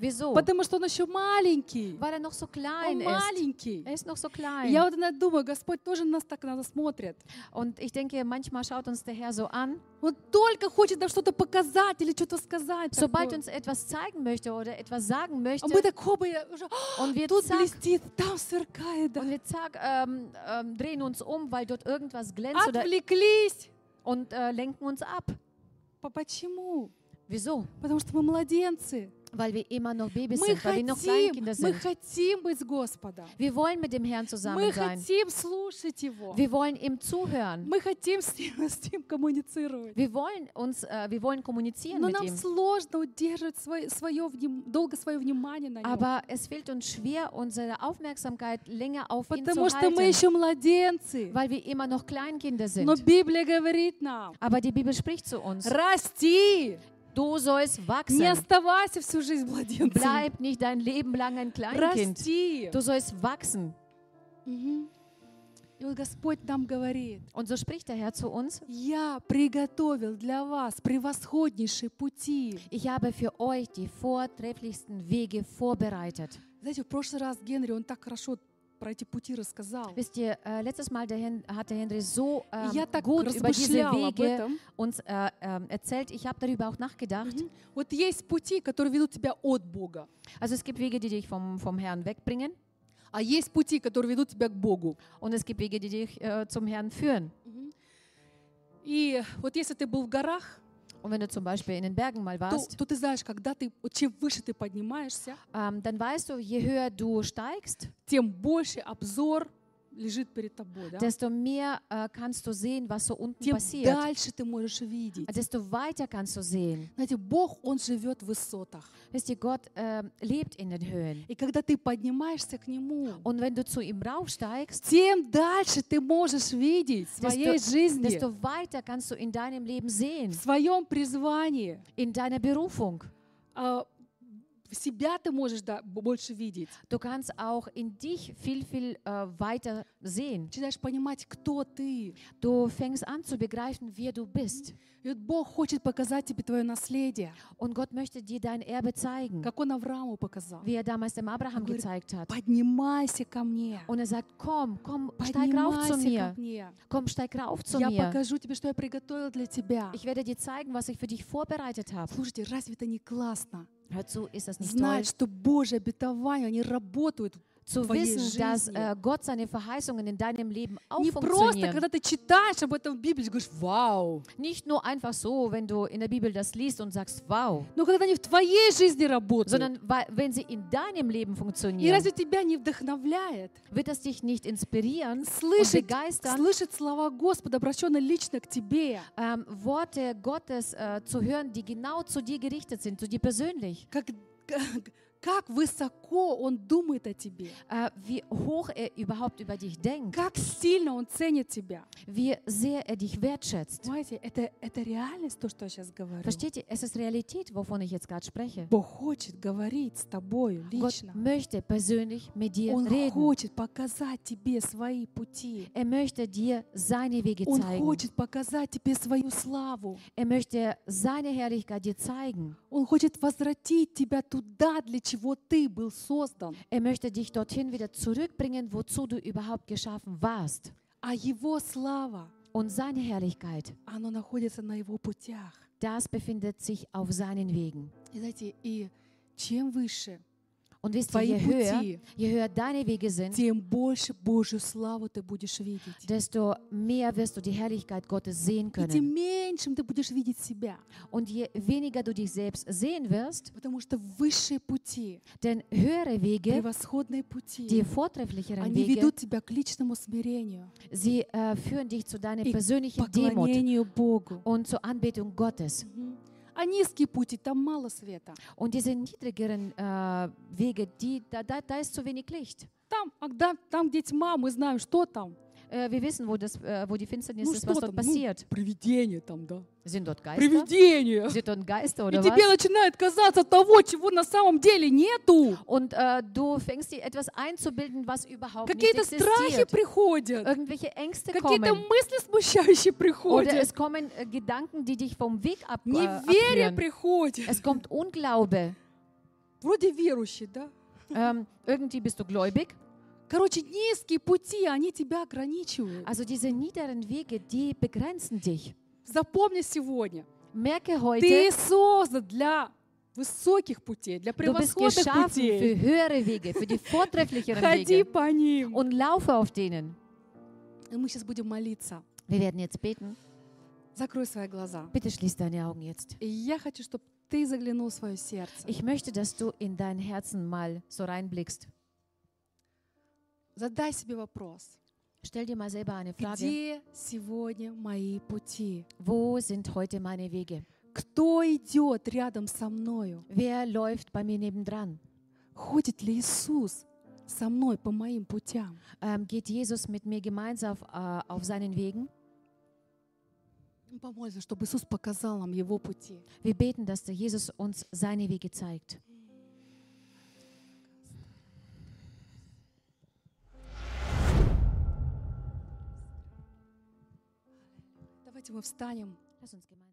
B: Wieso?
A: Потому что он еще маленький.
B: Weil er noch so klein
A: Он
B: ist.
A: маленький.
B: Er ist noch so
A: И Я
B: klein.
A: вот иногда думаю, Господь тоже на нас так надо смотрит.
B: Und ich denke, manchmal schaut uns der Herr so an.
A: Он только хочет нам что-то показать или что-то сказать.
B: Sobald
A: такое.
B: uns etwas zeigen möchte oder etwas sagen möchte,
A: А мы так хоба, и уже «А,
B: und wir
A: тут
B: zack,
A: блестит, там сверкает. да».
B: und wir zack ähm, ähm, drehen uns um, weil dort irgendwas glänzt oder,
A: Отвлеклись.
B: und äh, lenken uns ab.
A: По- Почему?
B: Wieso?
A: Потому что мы mladenцы.
B: Weil wir immer noch Babys
A: Мы
B: sind, weil wir noch
A: хотим,
B: Kleinkinder
A: мы
B: sind.
A: хотим быть с Господом.
B: Wir wollen mit dem Herrn
A: Мы
B: zusammen sein.
A: хотим слушать Его.
B: Wir wollen ihm zuhören.
A: Мы хотим с ним, с ним коммуницировать.
B: Wir wollen uns, äh, wir wollen kommunizieren
A: Но
B: mit
A: нам
B: ihm.
A: сложно удерживать свое, свое вним- долго свое внимание на нем.
B: Aber es fehlt uns schwer, unsere Aufmerksamkeit länger auf ihn zu
A: Потому что мы
B: halten,
A: еще младенцы.
B: weil wir immer noch Kleinkinder
A: Но
B: sind.
A: Библия говорит нам,
B: Aber die Bibel spricht zu uns.
A: расти,
B: Du sollst
A: не
B: wachsen.
A: оставайся всю жизнь младенцем.
B: Bleib nicht dein Leben lang ein Kleinkind.
A: Расти.
B: Du sollst wachsen.
A: Мгм. И вот Господь нам говорит,
B: Und so spricht der Herr zu uns.
A: я приготовил для вас превосходнейшие пути.
B: Ich habe für euch die vortrefflichsten Wege vorbereitet.
A: Знаете, в прошлый раз Генри, он так хорошо про эти пути рассказал.
B: Wisst ihr, äh, letztes Mal der Hen hat der Henry so ähm,
A: э, И я так
B: gut über diese
A: размышляла об
B: Wege
A: этом.
B: uns äh, ähm, erzählt. Ich habe darüber auch nachgedacht.
A: Мгм. Вот есть пути, которые ведут тебя от Бога,
B: Also es gibt Wege, die dich vom, vom Herrn wegbringen
A: а есть пути, которые ведут тебя к Богу.
B: und es gibt Wege, die dich äh, zum Herrn führen.
A: И И вот если ты был в горах,
B: Und wenn du zum Beispiel in den Bergen mal
A: то,
B: warst,
A: то ты знаешь, когда ты, вот чем выше ты поднимаешься,
B: ähm, dann weißt du, je höher du steigst,
A: тем больше обзор лежит перед тобой, да?
B: desto mehr äh, kannst du sehen, was so unten
A: Тем
B: passiert.
A: дальше ты можешь видеть.
B: Desto weiter kannst du sehen.
A: Знаете, Бог, Он живет в высотах.
B: Wisst ihr, Gott ähm, lebt in den Höhen.
A: И когда ты поднимаешься к Нему,
B: Und wenn du zu ihm raufsteigst,
A: тем дальше ты можешь видеть в своей
B: desto,
A: жизни,
B: desto weiter kannst du in deinem Leben
A: в
B: sehen,
A: своем призвании.
B: in deiner Berufung.
A: а, себя ты можешь да, б- больше видеть.
B: Du kannst auch in dich viel, viel äh, weiter sehen.
A: Начинаешь понимать, кто ты.
B: Du fängst an zu begreifen, wer du bist.
A: И вот Бог хочет показать тебе твое наследие,
B: Und Gott möchte dir dein Erbe zeigen,
A: как Он Аврааму показал.
B: wie er damals dem Abraham
A: Говорит,
B: gezeigt hat.
A: Поднимайся ко мне.
B: Und er sagt, komm, komm, steig rauf zu
A: Поднимайся ко
B: mir.
A: мне.
B: Komm, steig rauf zu
A: Я
B: mir.
A: покажу тебе, что я приготовила для тебя.
B: Ich werde dir zeigen, was ich für dich vorbereitet habe.
A: Слушайте, разве это не классно?
B: Hör zu, ist das nicht toll?
A: Знать, что Божьи обетования, они работают.
B: Zu
A: твоей
B: wissen, dass
A: жизни.
B: äh, Gott seine Verheißungen in deinem Leben auch
A: Не просто,
B: funktionieren.
A: когда ты читаешь об этом в Библии, ты говоришь, вау.
B: Nicht nur einfach so, wenn du in der Bibel das liest und sagst, wow,
A: Но когда они в твоей жизни работают,
B: sondern weil, wenn sie in deinem Leben
A: и
B: funktionieren,
A: разве тебя не вдохновляет?
B: wird das dich nicht inspirieren und
A: слышать,
B: begeistern,
A: слышать слова Господа, обращенные лично к тебе,
B: ähm, Worte Gottes äh, zu hören, die genau zu dir gerichtet sind, zu dir persönlich.
A: как, как, как высоко Он думает о тебе,
B: Äh, wie hoch er überhaupt über dich denkt,
A: как сильно Он ценит тебя.
B: wie sehr er dich wertschätzt.
A: Понимаете, это, это реальность, то, что я сейчас говорю.
B: Versteht ihr? Es ist Realität, wovon ich jetzt gerade spreche.
A: Бог хочет говорить с тобою
B: Gott
A: лично.
B: möchte persönlich mit dir
A: Он
B: reden.
A: хочет показать тебе свои пути.
B: Er möchte dir seine Wege
A: Он
B: zeigen.
A: хочет показать тебе свою славу.
B: Er möchte seine Herrlichkeit dir zeigen.
A: Он хочет возвратить тебя туда, для чего ты был создан.
B: Er möchte dich dorthin wieder zurückbringen, wozu du überhaupt geschaffen warst.
A: А Его слава,
B: Und seine Herrlichkeit,
A: она находится на Его путях.
B: das befindet sich auf seinen Wegen.
A: И знаете, и чем выше
B: Und wisst ihr,
A: твои
B: je höher,
A: пути,
B: je höher deine Wege sind,
A: тем больше Божью славу ты будешь видеть.
B: desto mehr wirst du die Herrlichkeit Gottes sehen
A: И тем
B: können.
A: меньшим ты будешь видеть себя.
B: Und je weniger du dich selbst sehen wirst,
A: Потому что высшие пути,
B: denn höhere Wege,
A: превосходные
B: die
A: пути,
B: vortrefflicheren
A: они
B: Wege,
A: ведут тебя к личному смирению,
B: sie äh, führen dich zu deiner
A: И
B: persönlichen Demut
A: поклонению Богу.
B: und zur Anbetung Gottes.
A: Мгм. А низкие пути, там мало света.
B: Und diese niedrigeren äh, Wege, die, da, da, da ist zu wenig Licht.
A: Там, а да, там, где тьма, мы знаем, что там.
B: Äh, wir wissen, wo, das, äh, wo die Finsternis
A: Ну
B: ist,
A: что
B: was dort
A: там? Ну,
B: passiert.
A: привидение там, да.
B: Sind dort Geister?
A: Привидение!
B: Sind dort Geister
A: И
B: oder
A: тебе
B: was?
A: начинает казаться того, чего на самом деле нету.
B: Und äh, du fängst dir etwas einzubilden, was überhaupt nicht
A: Какие-то страхи
B: existiert.
A: приходят,
B: Irgendwelche Ängste
A: какие-то
B: kommen.
A: мысли смущающие
B: Oder
A: приходят,
B: es kommen äh, Gedanken, die dich vom Weg ab, äh,
A: неверие
B: abführen.
A: приходит.
B: Es kommt Unglaube.
A: Вроде верующий, да?
B: Ähm, irgendwie bist du gläubig.
A: Короче, низкие пути, они тебя ограничивают.
B: Also diese niederen Wege, die begrenzen dich.
A: Запомни сегодня,
B: Merke heute,
A: ты создан для высоких путей, для
B: du bist
A: превосходных
B: geschaffen
A: путей.
B: für höhere Wege, für die vortrefflicheren
A: Ходи
B: Wege.
A: по ним.
B: Und laufe auf denen.
A: И мы сейчас будем молиться.
B: Wir werden jetzt beten.
A: Закрой свои глаза.
B: Bitte schließ deine Augen jetzt.
A: И я хочу, чтобы ты заглянул в свое сердце.
B: Ich möchte, dass du in dein Herzen mal so reinblickst.
A: Задай себе вопрос.
B: Stell dir mal selber eine Frage.
A: Где сегодня мои пути?
B: Wo sind heute meine Wege?
A: Кто идет рядом со мною?
B: Wer läuft bei mir nebendran?
A: Ходит ли Иисус со мной по моим путям?
B: Ähm, geht Jesus mit mir gemeinsam auf, äh, auf seinen Wegen?
A: Ну, Помолимся, чтобы Иисус показал нам Его пути.
B: Wir beten, dass der Jesus uns seine Wege zeigt.
A: Давайте мы встанем.
B: Lass uns gemeinsam